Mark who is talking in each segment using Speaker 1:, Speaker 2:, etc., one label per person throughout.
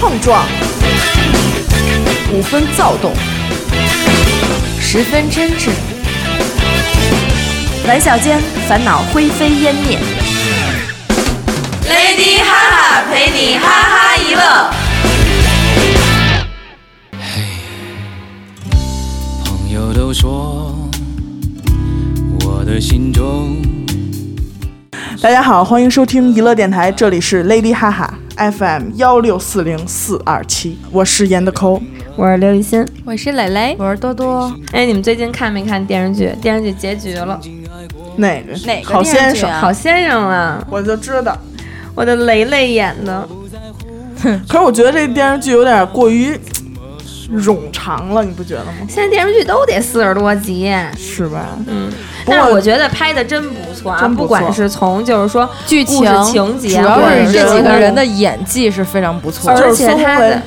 Speaker 1: 碰撞，五分躁动，十分真挚。玩笑间，烦恼灰飞烟灭。
Speaker 2: Lady 哈哈陪你哈哈一乐。
Speaker 3: 朋友都说我的心中
Speaker 4: 大家好，欢迎收听娱乐电台，这里是 Lady 哈哈 FM 幺六四零四二七，我是严的抠。
Speaker 5: 我是刘雨欣，
Speaker 6: 我是蕾蕾，
Speaker 5: 我是多多。哎，你们最近看没看电视剧？电视剧结局了，
Speaker 4: 哪个？
Speaker 6: 哪个
Speaker 4: 好
Speaker 6: 电视
Speaker 4: 先
Speaker 6: 剧
Speaker 4: 生，
Speaker 6: 啊
Speaker 5: 好先生啊，
Speaker 4: 我就知道。
Speaker 5: 我的蕾蕾演的，
Speaker 4: 可是我觉得这电视剧有点过于冗长了，你不觉得吗？
Speaker 5: 现在电视剧都得四十多集。
Speaker 4: 是吧？
Speaker 6: 嗯
Speaker 4: 不过
Speaker 5: 但是我觉得拍的真不错啊，
Speaker 4: 真不错
Speaker 5: 不管是从就是说
Speaker 6: 剧
Speaker 5: 故事情节，
Speaker 6: 主要
Speaker 4: 对
Speaker 6: 是这
Speaker 4: 人
Speaker 6: 几
Speaker 4: 物
Speaker 6: 个人的演技是非常不错
Speaker 5: 或者
Speaker 6: 的
Speaker 5: 是，
Speaker 4: 就
Speaker 5: 而
Speaker 4: 是
Speaker 5: 且他的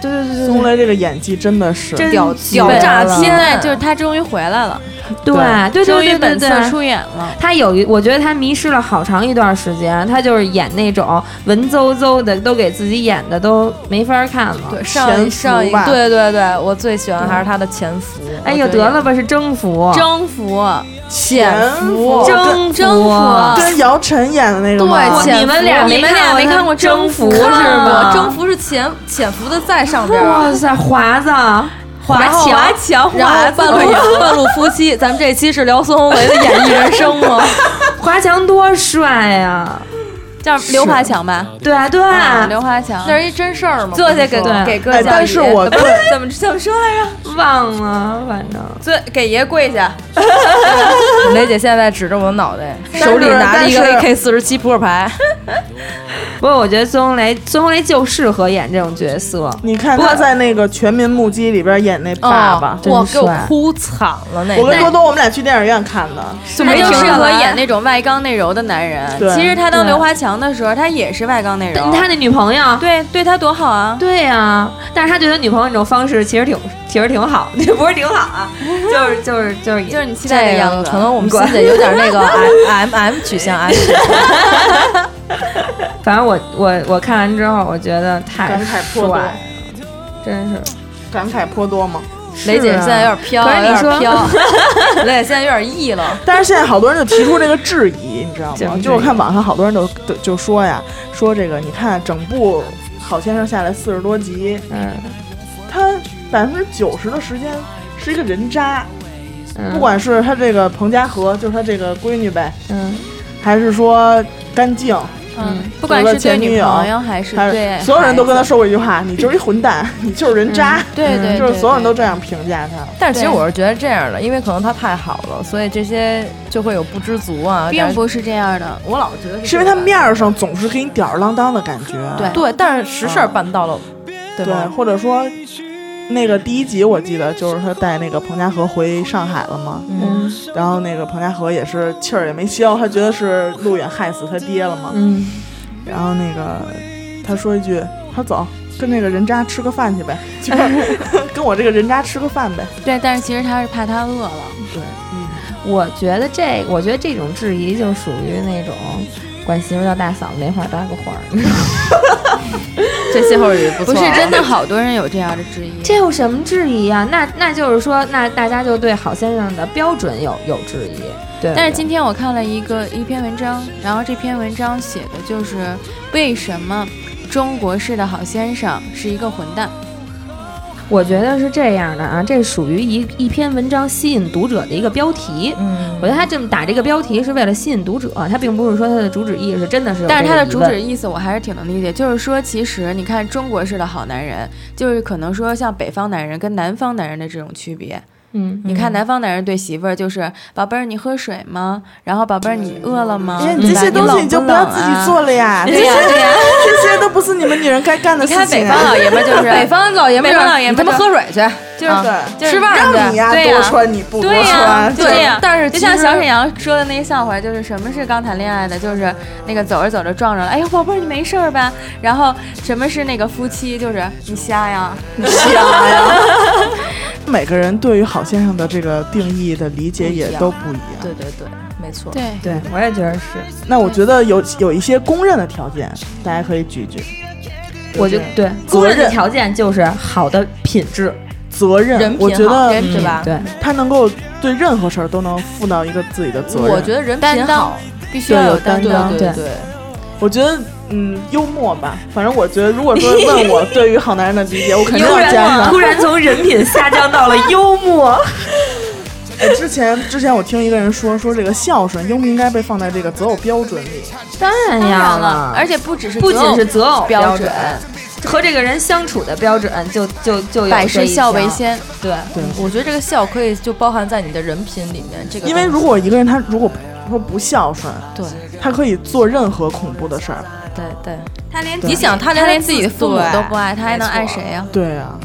Speaker 4: 对对对对，松雷这个演技真的是
Speaker 5: 真
Speaker 6: 屌
Speaker 5: 屌炸
Speaker 6: 现
Speaker 5: 天
Speaker 6: 在就是他终于回来了，
Speaker 5: 对对
Speaker 6: 终
Speaker 5: 对
Speaker 6: 于
Speaker 5: 对对
Speaker 6: 本
Speaker 5: 对
Speaker 6: 色
Speaker 5: 对。
Speaker 6: 出演了。
Speaker 5: 他有一，我觉得他迷失了好长一段时间，他就是演那种文绉绉的，都给自己演的都没法看了。
Speaker 6: 对，
Speaker 4: 潜
Speaker 6: 上一
Speaker 4: 伏
Speaker 6: 上一
Speaker 4: 吧
Speaker 6: 对对对，我最喜欢还是他的潜伏。
Speaker 4: 哦
Speaker 5: 哎
Speaker 6: 我
Speaker 5: 呦，
Speaker 6: 觉
Speaker 5: 得了吧，是征服，
Speaker 6: 征服、
Speaker 4: 潜伏，
Speaker 5: 征
Speaker 4: 跟
Speaker 5: 服，
Speaker 6: 征服啊
Speaker 4: 跟姚晨演的那个吗
Speaker 6: 对，？
Speaker 5: 潜
Speaker 6: 潜
Speaker 5: 你们俩没
Speaker 6: 你们俩
Speaker 5: 看过
Speaker 6: 没
Speaker 5: 他
Speaker 6: 看过
Speaker 5: 征
Speaker 6: 服
Speaker 5: 服
Speaker 6: 是
Speaker 5: 是吗
Speaker 6: 征服是潜潜伏的在上
Speaker 7: 啊
Speaker 6: 边儿，
Speaker 5: 哇塞，华子，
Speaker 6: 然后
Speaker 5: 华强，
Speaker 6: 然后半路半路夫妻，咱们这期是聊孙红雷的演艺人生吗？
Speaker 5: 华强多帅呀！
Speaker 6: 叫刘华强吧，
Speaker 5: 对啊，对啊，
Speaker 6: 刘华强，那是一真事儿吗？
Speaker 5: 坐下给
Speaker 6: 不是说
Speaker 5: 给哥
Speaker 4: 哎，
Speaker 5: 讲
Speaker 4: 但
Speaker 5: 一
Speaker 4: 是我对
Speaker 6: 怎么怎么说来着？
Speaker 7: 嗯
Speaker 5: 忘了，反正
Speaker 6: 最给爷跪 下。嗯雷姐现在指着我的脑袋，手里拿着一个
Speaker 4: 但是
Speaker 6: AK 四十七扑克牌。
Speaker 5: 不过我觉得孙红雷，孙红雷就适合演这种角色。
Speaker 4: 你看
Speaker 5: 不过
Speaker 4: 他在那个《全民目击》里边演那爸爸，
Speaker 5: 真
Speaker 6: 哇，给嗯我
Speaker 5: 帅
Speaker 6: 哭惨了那
Speaker 4: 我
Speaker 6: 个
Speaker 4: 跟。多多我们俩去电影院看的，
Speaker 5: 就
Speaker 7: 他
Speaker 5: 没
Speaker 7: 就
Speaker 5: 停
Speaker 7: 适
Speaker 5: 下
Speaker 7: 合
Speaker 5: 来
Speaker 7: 演那种外刚内柔的男人
Speaker 4: 对。
Speaker 7: 其实他当
Speaker 5: 对
Speaker 7: 刘华强的时候，他也是外刚内柔。
Speaker 5: 他那女朋友。
Speaker 7: 对对他多好啊！
Speaker 5: 哦对呀、但是他对他女朋友那种方式其实挺，其实挺好， 那不是挺 好啊，就是就是就是也
Speaker 7: 就是你期待的
Speaker 6: 这
Speaker 7: 样
Speaker 6: 个
Speaker 7: 子
Speaker 6: 可。能 我们欣姐有点那个 M M M 取向 M 取向，
Speaker 5: 反正我我我看完之后，我觉得
Speaker 6: 哎
Speaker 5: 太
Speaker 4: 感慨
Speaker 5: 帅
Speaker 4: 颇多
Speaker 5: 了，真是。
Speaker 4: 感慨颇多嘛。 啊
Speaker 6: 雷姐现在有点飘，
Speaker 5: 可是你
Speaker 6: 有
Speaker 5: 说
Speaker 6: 点飘， 雷姐现在有点 E 了。
Speaker 4: 但是现在好多人就提出这个质疑，你知道
Speaker 5: 怎么
Speaker 4: 吗？
Speaker 5: 质疑
Speaker 4: 就我看网上好多人都都就说呀，说这个你看整部《好先生》下来四十多集，
Speaker 5: 嗯
Speaker 4: 他百分之九十的时间是一个人渣，
Speaker 5: 嗯，
Speaker 4: 不管是他这个彭佳和，就是他这个闺女呗，
Speaker 5: 嗯
Speaker 4: 还是说干净，
Speaker 7: 嗯，不管
Speaker 4: 除了
Speaker 7: 是对
Speaker 4: 前女
Speaker 7: 女
Speaker 4: 友
Speaker 7: 朋友还是
Speaker 4: 还
Speaker 7: 对
Speaker 4: 是所有人都跟他
Speaker 7: 孩子，
Speaker 4: 说过一句话：“你就是一混蛋， 你就是人渣。”
Speaker 7: 对
Speaker 6: 嗯
Speaker 7: 对，
Speaker 4: 就是
Speaker 7: 对
Speaker 4: 所有人
Speaker 7: 对
Speaker 4: 都这样评价他。
Speaker 6: 但是其实我是觉得这样的，因为可能他太好了，所以这些就会有不知足啊。
Speaker 7: 并不是这样的。我老觉得
Speaker 4: 是因为他面儿上总是给你吊儿郎当的感觉，啊
Speaker 7: 对
Speaker 6: 对，但是实事儿办到了，对
Speaker 4: 对
Speaker 6: 吧？嗯
Speaker 4: 或者说那个第一集我记得就是他带那个彭佳和回上海了嘛，
Speaker 5: 嗯
Speaker 4: 然后那个彭佳和也是气儿也没消，他觉得是陆远害死他爹了嘛，
Speaker 5: 嗯，
Speaker 4: 然后那个他说一句：“他走，跟那个人渣吃个饭去呗， 跟我这个人渣吃个饭呗。
Speaker 7: 对，但是其实他是怕他饿了。”
Speaker 4: 对，嗯，
Speaker 5: 我觉得这，我觉得这种质疑就属于那种管媳妇叫大嫂子那块儿搭个话儿。
Speaker 6: 这歇后语不
Speaker 7: 不
Speaker 6: 错。啊
Speaker 7: 是真 的，好多人有这样的质疑。
Speaker 5: 这有什么质疑啊？那那就是说，那大家就对好先生的标准有有质疑。对，
Speaker 7: 但是今天我看了一个一篇文章，然后这篇文章写的就是为什么中国式的好先生是一个混蛋。
Speaker 5: 我觉得是这样的啊，这属于一一篇文章吸引读者的一个标题。
Speaker 6: 嗯
Speaker 5: 我觉得他这么打这个标题是为了吸引读者，他并不是说他的主旨意识真的是有这个
Speaker 7: 但
Speaker 5: 疑问。
Speaker 7: 是他的主旨意思我还是挺能理解，就是说，其实你看中国式的好男人，就是可能说像北方男人跟南方男人的这种区别。
Speaker 5: 嗯，
Speaker 7: 你看南方男人对媳妇儿就是宝贝儿，你喝水吗？然后宝贝儿，你饿了吗？
Speaker 4: 因为
Speaker 7: 对
Speaker 4: 你这
Speaker 7: 吧
Speaker 4: 些东西你就不要
Speaker 7: 冷
Speaker 4: 自
Speaker 7: 啊
Speaker 4: 己做了呀，这
Speaker 7: 对呀
Speaker 4: 些
Speaker 7: 对呀，
Speaker 4: 这些都不是你们女人该干的
Speaker 7: 你
Speaker 4: 事
Speaker 7: 看北
Speaker 4: 情
Speaker 7: 方
Speaker 4: 啊。
Speaker 7: 老爷们儿就是
Speaker 6: 北方老爷们儿
Speaker 7: 北
Speaker 6: 就
Speaker 7: 方
Speaker 6: 是，
Speaker 7: 老爷们儿
Speaker 6: 你他妈
Speaker 7: 就
Speaker 6: 喝水去，
Speaker 7: 就是
Speaker 6: 啊
Speaker 4: 对，
Speaker 7: 就是
Speaker 6: 吃饭去
Speaker 4: 让你呀
Speaker 7: 对呀
Speaker 4: 多穿你不多
Speaker 7: 对呀
Speaker 4: 穿，，
Speaker 6: 对
Speaker 7: 呀、
Speaker 6: 但是
Speaker 7: 就
Speaker 6: 其
Speaker 7: 像
Speaker 6: 实
Speaker 7: 小沈阳说的那些笑话，就是什么是刚谈恋爱的，就是那个走着走着撞着了，哎呀宝贝儿你没事儿吧？然后什么是那个夫妻，就是你瞎呀，你瞎呀，
Speaker 4: 每个人对于好先生的这个定义的理解也都不一样。
Speaker 6: 对对对，没错。
Speaker 7: 对，
Speaker 5: 对，我也觉得是。
Speaker 4: 那我觉得有有一些公认的条件，大家可以举一举。
Speaker 5: 我就对
Speaker 4: 责
Speaker 5: 公认的
Speaker 4: 任
Speaker 5: 条件就是好的品质，
Speaker 4: 责任
Speaker 6: 人，品
Speaker 4: 我觉
Speaker 6: 好
Speaker 4: 得嗯
Speaker 6: 人是吧？
Speaker 5: 对，
Speaker 4: 他能够对任何事儿都能负到一个自己的责任。
Speaker 6: 我觉得人
Speaker 7: 担
Speaker 6: 品
Speaker 7: 当
Speaker 6: 好，
Speaker 7: 必须要有
Speaker 4: 对有
Speaker 7: 担
Speaker 4: 担
Speaker 7: 当
Speaker 4: 当。
Speaker 6: 对
Speaker 5: 对
Speaker 6: 对，
Speaker 4: 我觉得，嗯，幽默吧。反正我觉得，如果说问我对于好男人的理解，我肯 定要
Speaker 5: 突
Speaker 4: 加
Speaker 5: 然
Speaker 4: 上
Speaker 5: 突。然从人品下降到了幽默，
Speaker 4: 哎，之前之前我听一个人说，说这个孝顺应不应该被放在这个择偶标准里？
Speaker 5: 当然
Speaker 7: 当
Speaker 5: 要
Speaker 7: 然了，而且不只是
Speaker 5: 不仅是
Speaker 7: 择
Speaker 5: 择偶
Speaker 7: 偶标
Speaker 5: 准，和这个人相处的标准就就就有
Speaker 7: 百
Speaker 5: 这
Speaker 7: 事
Speaker 5: 一
Speaker 7: 孝为
Speaker 5: 条，
Speaker 7: 先，
Speaker 5: 对，
Speaker 6: 我觉得这个孝可以就包含在你的人品里面。这个
Speaker 4: 因为
Speaker 6: 东西
Speaker 4: 如果一个人他如果说不孝顺，
Speaker 6: 对
Speaker 4: 他可以做任何恐怖的事儿。
Speaker 6: 对对，
Speaker 7: 他连
Speaker 6: 你想他
Speaker 7: 他连
Speaker 6: 连自己的父母
Speaker 7: 都
Speaker 6: 都
Speaker 7: 不
Speaker 6: 不
Speaker 7: 爱，
Speaker 6: 爱，
Speaker 7: 他
Speaker 6: 他
Speaker 7: 还
Speaker 6: 还
Speaker 7: 能
Speaker 6: 能
Speaker 7: 爱
Speaker 6: 爱
Speaker 7: 谁
Speaker 6: 谁
Speaker 7: 呀？
Speaker 4: 对啊，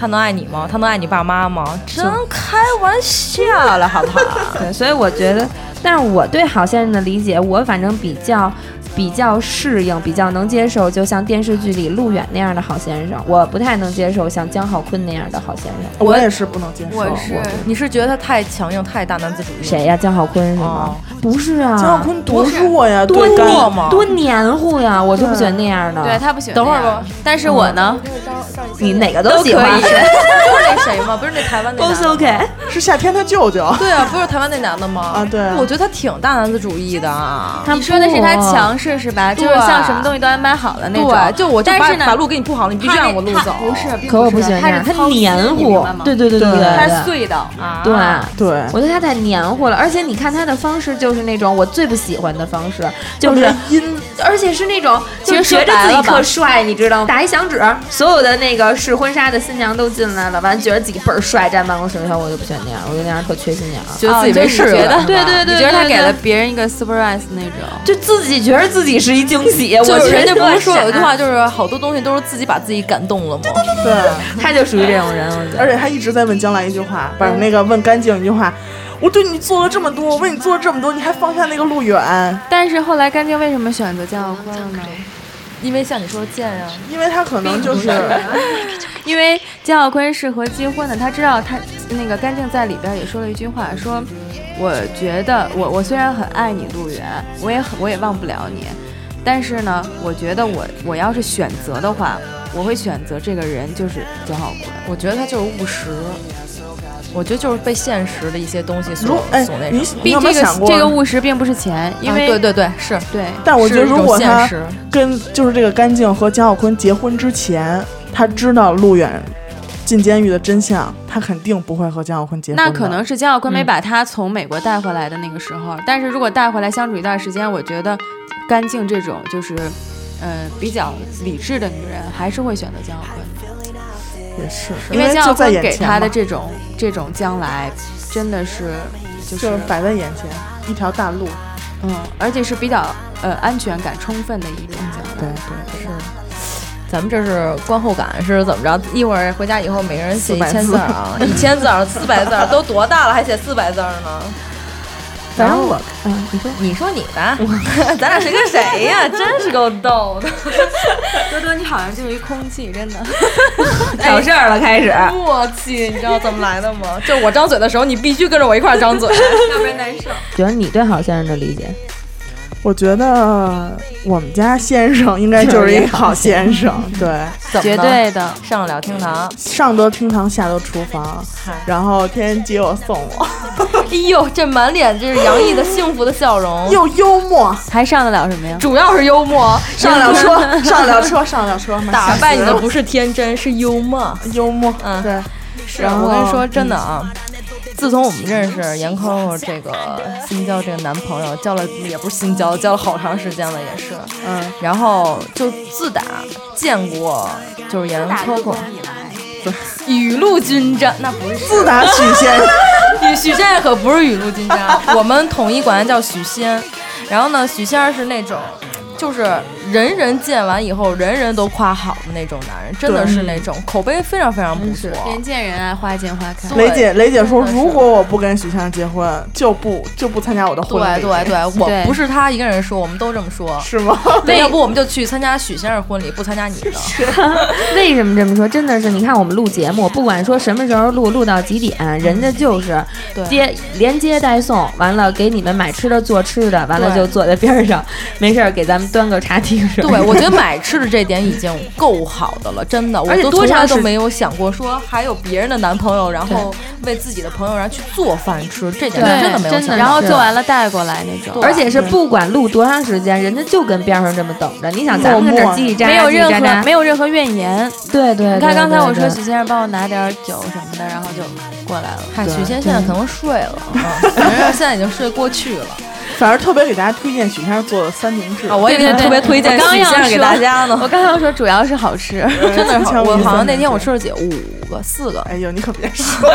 Speaker 6: 他能爱你吗？他能爱你爸妈吗？真开玩笑了，好不 好？
Speaker 5: 对，所以我觉得，但是我对好先生的理解，我反正比较比较适应，比较能接受，就像电视剧里陆远那样的好先生，我不太能接受像姜浩坤那样的好先生。
Speaker 4: 我也是不能接受。
Speaker 7: 我是啊
Speaker 6: 你是觉得他太强硬、太大男子主
Speaker 7: 嗯
Speaker 6: 义？
Speaker 5: 谁？呀、姜浩坤是
Speaker 7: 哦
Speaker 5: 吗？不是啊，
Speaker 4: 姜浩坤多弱呀，
Speaker 5: 多
Speaker 4: 对干
Speaker 6: 弱
Speaker 5: 黏
Speaker 6: 吗
Speaker 5: 多黏糊呀，我就不喜欢那样的。
Speaker 7: 嗯对他不喜欢。
Speaker 6: 等会儿吧，
Speaker 7: 但是我呢，
Speaker 5: 你哪个
Speaker 6: 都
Speaker 5: 喜欢，
Speaker 6: 可以嗯不是那谁 吗？不是那台湾 那
Speaker 5: 都
Speaker 6: 男
Speaker 5: 是
Speaker 6: 的吗
Speaker 5: OK。
Speaker 4: 是夏天他舅舅。
Speaker 6: 对啊，不是台湾那男的吗？
Speaker 4: 啊对啊
Speaker 6: 我觉得他挺大男子主义的啊。
Speaker 5: 他
Speaker 7: 你说的是他
Speaker 5: 不
Speaker 7: 强势是吧？就是
Speaker 6: 对
Speaker 7: 像什么东西都安排好的那
Speaker 6: 对，
Speaker 7: 种。
Speaker 6: 就我就
Speaker 7: 但
Speaker 6: 把
Speaker 7: 是呢
Speaker 6: 把路给你铺好了，你必
Speaker 7: 他
Speaker 6: 须
Speaker 7: 那
Speaker 6: 按我路
Speaker 7: 他
Speaker 6: 走。
Speaker 7: 不是，并
Speaker 5: 可我
Speaker 7: 不
Speaker 5: 不喜欢那样，
Speaker 7: 是
Speaker 5: 他
Speaker 7: 操心
Speaker 5: 黏
Speaker 7: 你
Speaker 5: 糊
Speaker 7: 明白吗，
Speaker 5: 对对对对，
Speaker 7: 他是
Speaker 5: 对
Speaker 7: 碎的，
Speaker 6: 啊
Speaker 5: 对，
Speaker 4: 对，
Speaker 5: 我觉得他太黏糊了，而且你看他的方式就是那种我最不喜欢的方式，就是阴，而且是那种就是
Speaker 7: 其实说
Speaker 5: 觉着
Speaker 7: 白
Speaker 5: 自
Speaker 7: 了
Speaker 5: 己
Speaker 7: 吧
Speaker 5: 特帅，你知道吗？打一响指，所有的那个试婚纱的新娘都进来了，完觉得自己倍儿帅，站办公室里头我就不喜欢那样，我觉得那样特缺心眼儿，
Speaker 6: 觉得自己没事
Speaker 7: 哦就是你觉得
Speaker 6: 了。
Speaker 5: 对对对
Speaker 7: 你觉得他
Speaker 5: 对
Speaker 7: 给
Speaker 5: 对
Speaker 7: 了别人一个 surprise 那种。
Speaker 5: 就自己觉得自己是一惊喜，
Speaker 6: 就
Speaker 5: 我
Speaker 6: 是
Speaker 5: 觉
Speaker 6: 人
Speaker 5: 得
Speaker 6: 家不是说
Speaker 5: 特
Speaker 6: 有一句
Speaker 5: 傻
Speaker 6: 话，，就是好多东西都是自己把自己感动了吗？
Speaker 4: 对，
Speaker 5: 他就属于这种人，我觉
Speaker 4: 而
Speaker 5: 得。
Speaker 4: 且他一直在问江兰一句话，不是那个问干净一句话。我对你做了这么多，我为你做了这么多，你还放下那个路远，
Speaker 7: 但是后来甘净为什么选择江浩坤了呢？
Speaker 6: 因为像你说的贱呀，
Speaker 4: 因为他可能就是
Speaker 7: 因为姜浩坤是和金婚的，他知道他那个甘净在里边也说了一句话，说我觉得我我虽然很爱你陆源，我也很我也忘不了你，但是呢，我觉得我我要是选择的话，我会选择这个人就是姜浩坤。
Speaker 6: 我觉得他就是务实。我觉得就是被现实的一些东西
Speaker 4: 如
Speaker 6: 所
Speaker 4: 哎
Speaker 6: 所，那
Speaker 4: 你
Speaker 6: 什么。
Speaker 4: 你
Speaker 7: 并
Speaker 4: 有没
Speaker 7: 这
Speaker 4: 有
Speaker 7: 个
Speaker 4: 想过？
Speaker 7: 这个务实并不是钱，因为、
Speaker 6: 啊对对对，是。
Speaker 7: 对
Speaker 4: 但我觉得
Speaker 6: 是一种
Speaker 4: 如果他
Speaker 6: 现实
Speaker 4: 跟就是这个干净和姜晓坤结婚之前，他知道路远进监狱的真相，他肯定不会和姜晓坤结婚的。
Speaker 7: 那可能是姜浩坤没
Speaker 6: 嗯
Speaker 7: 把他从美国带回来的那个时候，但是如果带回来相处一段时间，我觉得干净这种就是，呃，比较理智的女人还是会选择姜浩坤，
Speaker 4: 也是，
Speaker 7: 因
Speaker 4: 为
Speaker 7: 姜
Speaker 4: 就
Speaker 7: 浩
Speaker 4: 在
Speaker 7: 坤
Speaker 4: 眼
Speaker 7: 给
Speaker 4: 前
Speaker 7: 他的
Speaker 4: 嘛
Speaker 7: 这种这种将来真的是就
Speaker 4: 就是是摆在眼前一条大路。
Speaker 7: 嗯，而且是比较呃安全感充分的一种将
Speaker 4: 对
Speaker 7: 来。
Speaker 4: 对，
Speaker 6: 是，咱们这是观后感是怎么着？一会儿回家以后每个人写一
Speaker 4: 400
Speaker 6: 千字儿啊，一千字儿、四百字儿都多大了，还写四百字儿呢？
Speaker 5: 反正我，嗯，你说
Speaker 6: 你说你的，咱俩谁跟谁呀？真是够逗的。
Speaker 7: 多多，你好像就是一空气，真 的。
Speaker 5: 挑事儿了，开始。
Speaker 6: 默契，你知道怎么来的吗？就是我张嘴的时候，你必须跟着我一块儿 张嘴，要不然难受。
Speaker 5: 觉得你对好先生的理解，
Speaker 4: 我觉得我们家先生应该就是一个好先生， 对。
Speaker 6: 怎么
Speaker 7: 绝
Speaker 6: 了
Speaker 7: 对的，
Speaker 6: 上得了厅堂？
Speaker 4: 上得厅堂，下得厨房，然后天天接我送我，
Speaker 6: 哎呦，这满脸这是洋溢的幸福的笑容，
Speaker 4: 又幽默，
Speaker 7: 还上得了什么呀？
Speaker 6: 主要是幽默，
Speaker 4: 上得了 车，上得了车，上得了车，
Speaker 6: 打败你的
Speaker 4: 吓
Speaker 6: 不是天真，是幽默。
Speaker 4: 死人幽默，
Speaker 6: 嗯
Speaker 4: 对，
Speaker 6: 是
Speaker 4: 然
Speaker 6: 我跟你
Speaker 4: 后
Speaker 6: 说真的啊，自从我们认识严抠抠这个新交这个男朋友，交了也不是新交，交了好长时间了也是。
Speaker 4: 嗯，
Speaker 6: 然后就自打见过就是严抠抠， 雨露均沾，那不是
Speaker 4: 自打许仙，
Speaker 6: 许许仙可不是雨露均沾，啊我们统一管他叫许仙。然后呢，许仙儿是那种，就是人人见完以后，人人都夸好的那种男人，真的
Speaker 4: 对
Speaker 6: 是
Speaker 7: 嗯
Speaker 6: 那种口碑非常非常不错。
Speaker 7: 人嗯见人爱，花见花开。
Speaker 4: 雷姐，雷姐说，
Speaker 6: 真的是
Speaker 4: 如果我不跟许先生结婚，就不就不参加我的婚
Speaker 6: 对
Speaker 4: 礼，
Speaker 6: 对对，
Speaker 7: 对
Speaker 6: 我不是他一个人说，我们都这么说。
Speaker 4: 是 吗？
Speaker 6: 对，要不我们就去参加许先生婚礼，不参加你的。
Speaker 5: 为什么这么说？真的是，你看我们录节目，不管说什么时候录，录到几点，人家就是
Speaker 6: 对
Speaker 5: 接连接带送，完了给你们买吃的做吃的，完了
Speaker 6: 对
Speaker 5: 就坐在边儿上，没事儿给咱们端个茶提这个人。
Speaker 6: 对，我觉得买吃的这点已经够好的了，真的，我
Speaker 5: 而且
Speaker 6: 都
Speaker 5: 多
Speaker 6: 从
Speaker 5: 长
Speaker 6: 来都
Speaker 5: 时
Speaker 6: 没有想过说还有别人的男朋友，然后为自己的朋友然后去做饭吃，这点
Speaker 7: 对
Speaker 6: 真的没有
Speaker 7: 真
Speaker 6: 想过。
Speaker 7: 的，然后
Speaker 5: 是
Speaker 7: 做完了带过来那种，
Speaker 5: 而且是不管录多长时间，人家就跟边上这么等着。你想，咱们
Speaker 4: 默
Speaker 5: 跟这
Speaker 4: 默
Speaker 5: 儿叽里喳喳，
Speaker 7: 没有
Speaker 5: 叽里
Speaker 7: 任
Speaker 5: 喳
Speaker 7: 何
Speaker 5: 喳
Speaker 7: 没有任何怨言。
Speaker 5: 对对。
Speaker 7: 你看
Speaker 5: 对
Speaker 7: 刚才
Speaker 5: 对
Speaker 7: 我说
Speaker 5: 对
Speaker 7: 许先生帮我拿点酒什么的，然后就过来了。
Speaker 6: 嗨，
Speaker 5: 对
Speaker 6: 许仙现在可能睡了，啊，反正现在已经睡过去了
Speaker 4: 反正特别给大家推荐许先生做的三明治
Speaker 6: 啊！我也
Speaker 7: 对对
Speaker 6: 特别推荐
Speaker 7: 我刚
Speaker 6: 许
Speaker 7: 要
Speaker 6: 仙给大
Speaker 7: 说
Speaker 6: 家呢，
Speaker 7: 我刚要说主要是好吃，
Speaker 6: 真的是好，
Speaker 4: 呃
Speaker 6: 我好像那天我。
Speaker 4: 金枪鱼三明治
Speaker 6: 吃了几个五个四个，
Speaker 4: 哎呦，你可别说，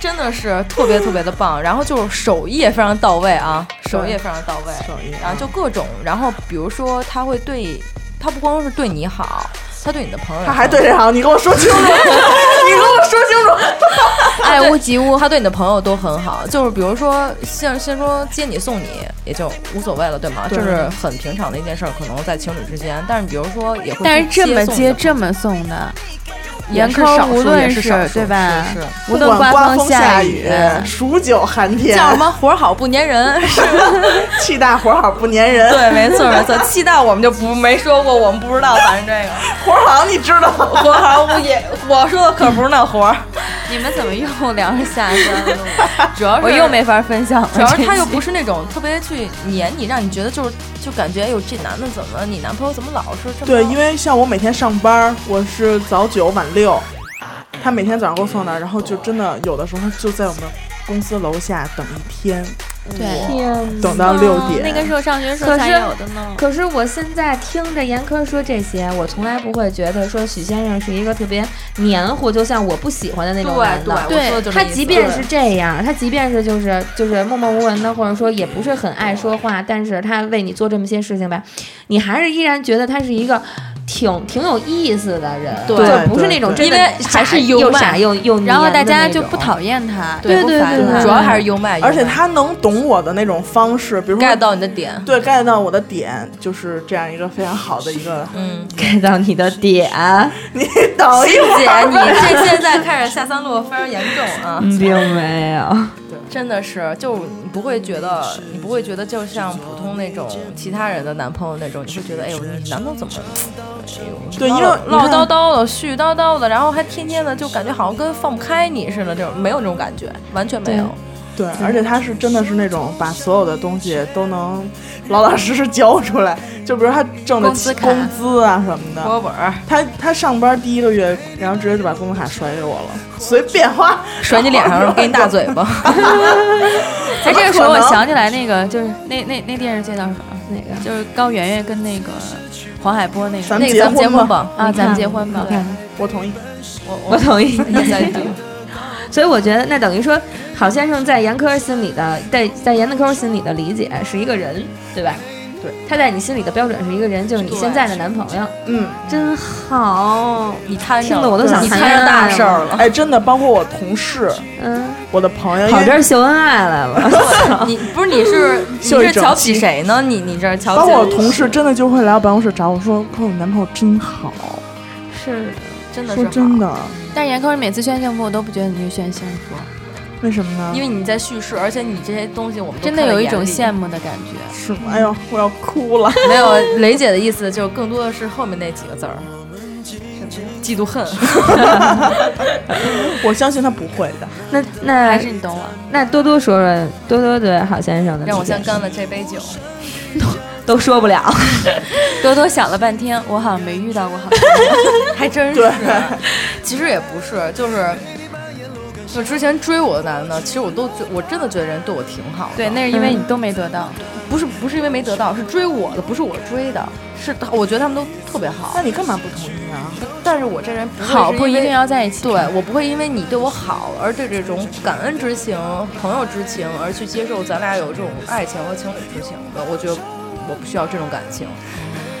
Speaker 6: 真的是特别特别的 棒。然后就是手艺也非常到位啊，手艺也非常到位。
Speaker 4: 手艺
Speaker 6: 然后就各种，然后比如说他会对，他不光是对你好，他对你的朋友也好，
Speaker 4: 他还 对谁好？你跟我说清楚，你跟我说清楚。
Speaker 7: 爱屋及乌。
Speaker 6: 他对你的朋友都很好，就是比如说像先说接你送你也就无所谓了，对吗？
Speaker 4: 对
Speaker 6: 这是很平常的一件事儿，可能在情侣之间。但是比如说也会，
Speaker 7: 但是这么接
Speaker 6: 接
Speaker 7: 这么送的，
Speaker 6: 也
Speaker 7: 严
Speaker 6: 是
Speaker 7: 苛
Speaker 6: 少
Speaker 7: 无
Speaker 6: 数，
Speaker 7: 论
Speaker 6: 也是少数
Speaker 7: 对吧
Speaker 6: 是是？
Speaker 7: 无
Speaker 4: 不
Speaker 7: 论
Speaker 4: 管刮
Speaker 7: 风
Speaker 4: 下
Speaker 7: 雨，
Speaker 4: 数九寒天，
Speaker 6: 叫什么活好不粘 人，是
Speaker 4: 气大活好不粘人。
Speaker 6: 对，没错没错。气大我们就不没说过，我们不知道，反正这个
Speaker 4: 活好你知道吗？
Speaker 6: 活好不也，我说的可不是那活儿。
Speaker 7: 你们怎么又聊上下山 了？
Speaker 6: 主要是
Speaker 7: 我又没法分享了。
Speaker 6: 主要是他
Speaker 7: 这
Speaker 6: 又
Speaker 7: 期
Speaker 6: 不是那种特别去黏你，让你觉得就是就感觉哎呦这男的怎么你男朋友怎么老是这么
Speaker 4: 对，因为像我每天上班，我是早九晚六，他每天早上给我送那儿，然后就真的有的时候就在我们公司楼下等一天，
Speaker 7: 对，
Speaker 4: 等到六点。
Speaker 7: 嗯那个时候上学时
Speaker 5: 可
Speaker 7: 候才
Speaker 5: 是
Speaker 7: 有的呢。
Speaker 5: 可是我现在听着严科说这些，我从来不会觉得说许先生是一个特别黏糊，就像我不喜欢的那种男的。
Speaker 6: 对，我说的就是
Speaker 5: 他
Speaker 6: 这意思
Speaker 5: 即便是这样，他即便是就是就是默默无闻的，或者说也不是很爱说话，但是他为你做这么些事情吧，你还是依然觉得他是一个挺挺有意思的人，
Speaker 6: 对
Speaker 5: 就不是
Speaker 4: 对
Speaker 5: 那种
Speaker 4: 对
Speaker 5: 真的
Speaker 6: 因为还是幽
Speaker 5: 又
Speaker 6: 默
Speaker 5: 傻又又
Speaker 7: 然后
Speaker 5: 嗯黏的
Speaker 7: 大家
Speaker 5: 那
Speaker 7: 就
Speaker 5: 种
Speaker 7: 不讨厌他，
Speaker 5: 对
Speaker 7: 不
Speaker 5: 对
Speaker 7: 烦
Speaker 5: 对
Speaker 7: 他
Speaker 5: 对
Speaker 6: 主要还是优麦，
Speaker 4: 而且他能懂我的那种方式，比如说
Speaker 6: get 到你的点，
Speaker 4: 对 get 到我的点，就是这样一个非常好的一个。
Speaker 6: 嗯，
Speaker 5: get 到你的点，
Speaker 4: 你等一会
Speaker 6: 姐
Speaker 4: 儿
Speaker 6: 你
Speaker 4: 吧，
Speaker 6: 这现在开始下三路非常严重啊，
Speaker 4: 嗯
Speaker 5: 并没有。
Speaker 6: 真的是就你不会觉得你不会觉得就像普通那种其他人的男朋友那种，你会觉得哎呦你男朋友怎么
Speaker 4: 对，因为
Speaker 6: 唠叨叨的絮絮叨叨的，然后还天天的就感觉好像跟放不开你似的，这种没有这种感觉，完全没有。
Speaker 4: 对，
Speaker 6: 嗯
Speaker 4: 而且他是真的是那种把所有的东西都能老老实实交出来，就比如他挣的
Speaker 7: 工资
Speaker 4: 起
Speaker 7: 卡
Speaker 4: 工资啊什么
Speaker 6: 波
Speaker 4: 的，
Speaker 6: 本儿
Speaker 4: 他他上班第一个月，然后直接就把工资卡甩给我了，随便花，
Speaker 6: 甩你脸上，给你大嘴 巴。
Speaker 7: 哎，这个时候
Speaker 4: 可
Speaker 7: 我
Speaker 4: 能
Speaker 7: 想起来那个，就是那那那电视剧叫什么？那个就是高圆圆跟那个黄海波那
Speaker 4: 咱
Speaker 7: 个
Speaker 4: 们
Speaker 6: 那个
Speaker 4: 结
Speaker 6: 咱们结
Speaker 4: 婚
Speaker 6: 婚
Speaker 4: 吧
Speaker 6: 吧，
Speaker 7: 啊，咱们结婚吧。
Speaker 5: 看
Speaker 4: 我同意。
Speaker 6: 我
Speaker 5: 我
Speaker 6: 我
Speaker 5: 同意。
Speaker 6: 再读。
Speaker 5: 所以我觉得，那等于说，郝先生在严科心里的，在在严科心里的理解是一个人，对吧？
Speaker 4: 对，
Speaker 5: 他在你心里的标准是一个人，就是你现在的男朋友，
Speaker 4: 嗯，
Speaker 6: 啊
Speaker 5: 真好。
Speaker 6: 你摊上
Speaker 5: 听了我都想
Speaker 6: 你
Speaker 5: 谈
Speaker 6: 摊上
Speaker 5: 恋爱
Speaker 6: 大
Speaker 5: 了
Speaker 6: 事儿 了。
Speaker 4: 哎，真的，包括我同事、
Speaker 5: 嗯，
Speaker 4: 我的朋友，因
Speaker 5: 跑这
Speaker 4: 为
Speaker 5: 儿秀恩爱来了。
Speaker 6: 你不是你是 你
Speaker 4: 秀一
Speaker 6: 是
Speaker 4: 整
Speaker 6: 瞧不起谁呢？你你这瞧
Speaker 4: 包
Speaker 6: 不起
Speaker 4: 括我同事真的就会来我办公室找我说，说我男朋友真好，
Speaker 5: 是，
Speaker 6: 真的
Speaker 4: 说
Speaker 6: 是
Speaker 4: 真
Speaker 6: 好，
Speaker 4: 的，
Speaker 7: 但是严科每次炫幸福，我都不觉得你是炫幸福，
Speaker 4: 为什么呢？
Speaker 6: 因为你在叙事，而且你这些东西我们都
Speaker 7: 真的有一种
Speaker 6: 羡
Speaker 7: 羡
Speaker 6: 慕。
Speaker 7: 慕的感觉。
Speaker 4: 是吗？哎呦，我要哭了。
Speaker 6: 没有雷姐的意思，就是更多的是后面那几个字儿，嫉 妒恨。
Speaker 4: 我相信他不会的。
Speaker 5: 那那
Speaker 7: 还是你懂我，
Speaker 5: 那多多说说，多多对郝先生的理解
Speaker 6: 让我先干了这杯酒。
Speaker 5: 都说不了。
Speaker 7: 多多想了半天，我好像没遇到过好 的。
Speaker 6: 还真是
Speaker 4: 对，
Speaker 6: 其实也不是，就是就之前追我的男的，其实我都觉我真的觉得人对我挺好的。
Speaker 7: 对，那是因为你都没得到。
Speaker 6: 不是不是因为没得到，是追我的，不是我追的，是他我觉得他们都特别好
Speaker 4: 那。你干嘛不同意啊？
Speaker 6: 不但是我这人不会
Speaker 7: 好
Speaker 6: 是
Speaker 7: 不一
Speaker 6: 因为
Speaker 7: 定要在一起。
Speaker 6: 对我不会因为你对我好而对这种感恩之情、朋友之情而去接受咱俩有这种爱情和情侣之情的。我觉得我不需要这种感情。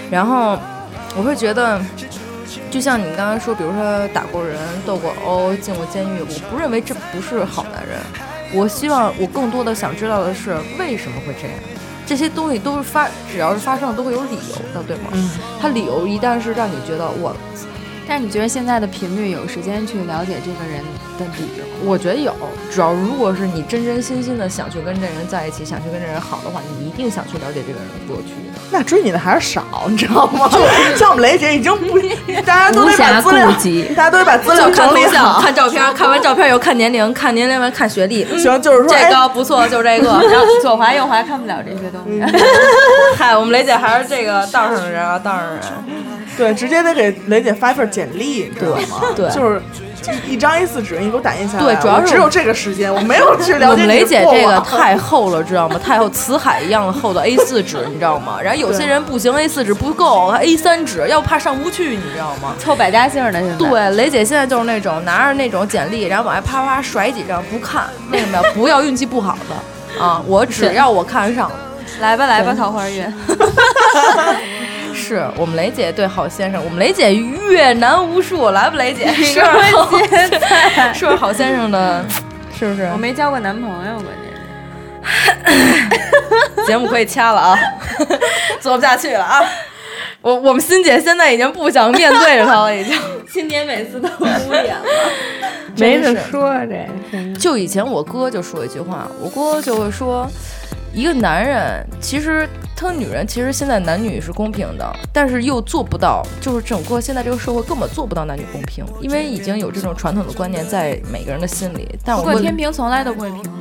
Speaker 6: 然后我会觉得，就像你刚才说，比如说打过人、斗过殴、进过监狱，我不认为这不是好男人。我希望我更多的想知道的是为什么会这样。这些东西都是发，只要是发生了都会有理由的，对吗？
Speaker 4: 嗯，
Speaker 6: 他理由一旦是让你觉得我
Speaker 7: 但是你觉得现在的频率有时间去了解这个人的理由？
Speaker 6: 我觉得有，主要如果是你真真心心的想去跟这人在一起，想去跟这人好的话，你一定想去了解这个人的过去。
Speaker 4: 那追你的还是少，你知道 吗？像我们雷姐已经不，大家都得把资
Speaker 5: 无暇顾及
Speaker 4: 料，大家都得把资料
Speaker 6: 就看
Speaker 4: 整
Speaker 6: 头
Speaker 4: 理
Speaker 6: 像，
Speaker 4: 好。
Speaker 6: 看照片，看完照片又看年龄，看年龄完看学历。嗯
Speaker 4: 行，就是说，
Speaker 6: 这
Speaker 4: 哎，
Speaker 6: 个不错，就这个。
Speaker 7: 然后左滑右滑看不了这些东西。
Speaker 6: 嗨，我们雷姐还是这个道上人啊，道上人。
Speaker 4: 对，直接得给雷姐发一份简历，知道吗？
Speaker 6: 对
Speaker 4: 就是一一张 A 四纸，你给我打印下来。
Speaker 6: 对主要
Speaker 4: 我
Speaker 6: 是
Speaker 4: 只有这个时间，我没有去了
Speaker 6: 我
Speaker 4: 解你
Speaker 6: 们雷
Speaker 4: 的
Speaker 6: 姐
Speaker 4: 过
Speaker 6: 这 个
Speaker 4: 往
Speaker 6: 太厚了，知道吗？太厚，辞海一样厚的 A 4纸，你知道吗？然后有些人不行，A 4纸不够，A 3纸，要不怕上不去，你知道吗？
Speaker 7: 凑百家姓儿的现在，
Speaker 6: 对，雷姐现在就是那种拿着那种简历，然后往外啪啪甩几张，不看，为什么呀？不要运气不好的啊！我只要我看上了，
Speaker 7: 来吧来吧，桃花运。
Speaker 6: 是我们雷姐对好先生，我们雷姐越难无数，来吧，雷姐，是
Speaker 7: 我现在
Speaker 6: 是不是好先生的？是不是
Speaker 7: 我？没交过男朋友，关键是。
Speaker 6: 节目可以掐了啊，做不下去了啊！我我们欣姐现在已经不想面对着他了，已经。
Speaker 7: 今年每次都污点了，
Speaker 6: 没得
Speaker 7: 说这。
Speaker 6: 就以前我哥就说一句话，我哥就会说，一个男人其实他女人其实现在男女是公平的，但是又做不到，就是整个现在这个社会根本做不到男女公平，因为已经有这种传统的观念在每个人的心里。但
Speaker 7: 不
Speaker 6: 我
Speaker 7: 过
Speaker 6: 问
Speaker 7: 天平从来都不会平衡。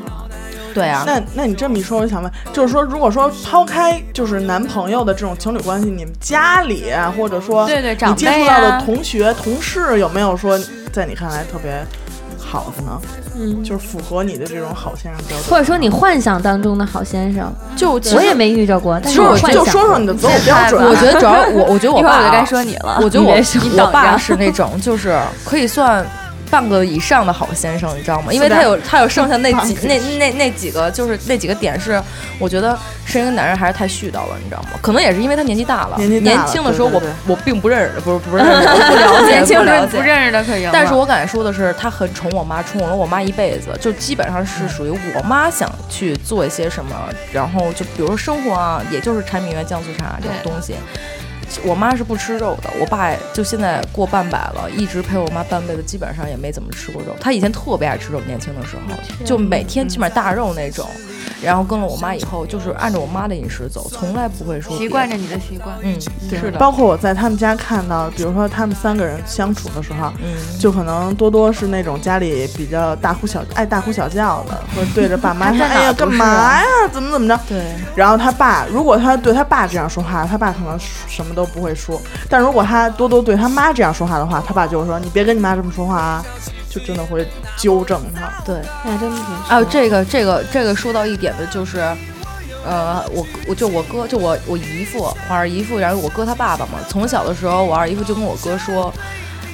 Speaker 6: 对啊，
Speaker 4: 那那你这么一说，我就想问，就是说，如果说抛开就是男朋友的这种情侣关系，你们家里啊或者说
Speaker 7: 对对
Speaker 4: 你
Speaker 7: 长
Speaker 4: 接
Speaker 7: 辈
Speaker 4: 触到的
Speaker 7: 啊
Speaker 4: 同学、同事，有没有说在你看来特别好的呢？嗯，就是符合你的这种好先生标准，
Speaker 5: 或者说你幻想当中的好先生，
Speaker 6: 就其实
Speaker 5: 我也没遇着过，但
Speaker 4: 其
Speaker 5: 是
Speaker 4: 实
Speaker 5: 我
Speaker 4: 我
Speaker 5: 幻
Speaker 4: 就
Speaker 5: 想
Speaker 4: 说说你的择偶标准啊。
Speaker 6: 我觉得主要我我觉得我
Speaker 7: 一会
Speaker 6: 爸
Speaker 7: 儿我就
Speaker 6: 啊
Speaker 7: 该说你了，
Speaker 6: 我觉得我
Speaker 7: 你别说
Speaker 6: 我爸
Speaker 7: 等着
Speaker 6: 是那种就是可以算半个以上的好先生，你知道吗？因为他有他有剩下那几那那那几个就是那几个点是，我觉得是一个男人还是太絮叨了，你知道吗？可能也是因为他年纪大了，
Speaker 4: 年纪大了
Speaker 6: 轻的时候
Speaker 4: 对
Speaker 6: 我
Speaker 4: 对
Speaker 6: 我并不认识，不是不是认识，我不了解，
Speaker 7: 年轻
Speaker 6: 不了
Speaker 7: 人不
Speaker 6: 解。
Speaker 7: 认识的可赢了。
Speaker 6: 但是我敢说的是，他很宠我妈，宠了我妈一辈子，就基本上
Speaker 7: 嗯
Speaker 6: 是属于我妈想去做一些什么，然后就比如说生活啊，也就是柴米油盐酱醋茶这种东西。我妈是不吃肉的，我爸就现在过半百了，一直陪我妈半辈子，基本上也没怎么吃过肉。他以前特别爱吃肉，年轻的时候就每天基本上大肉那种。然后跟了我妈以后，就是按照我妈的饮食走，从来不会说
Speaker 7: 习惯
Speaker 6: 别
Speaker 7: 着你的习惯，
Speaker 6: 嗯，
Speaker 4: 对
Speaker 6: 是的，
Speaker 4: 包括我在他们家看到，比如说他们三个人相处的时候，
Speaker 6: 嗯，
Speaker 4: 就可能多多是那种家里比较大呼小爱大呼小叫的，或者对着爸 妈说：“哎呀，干嘛呀？怎么怎么着？”
Speaker 6: 对，
Speaker 4: 然后他爸，如果他对他爸这样说话，他爸可能什么都不会说；但如果他多多对他妈这样说话的话，他爸就会说：“你别跟你妈这么说话啊！”就真的会纠正他。
Speaker 6: 对。
Speaker 5: 那哎真挺
Speaker 6: 啊，这个这个这个说到一点的就是，呃，我我就我哥就我我姨父，我二姨父，然后我哥他爸爸嘛，从小的时候我二姨父就跟我哥说，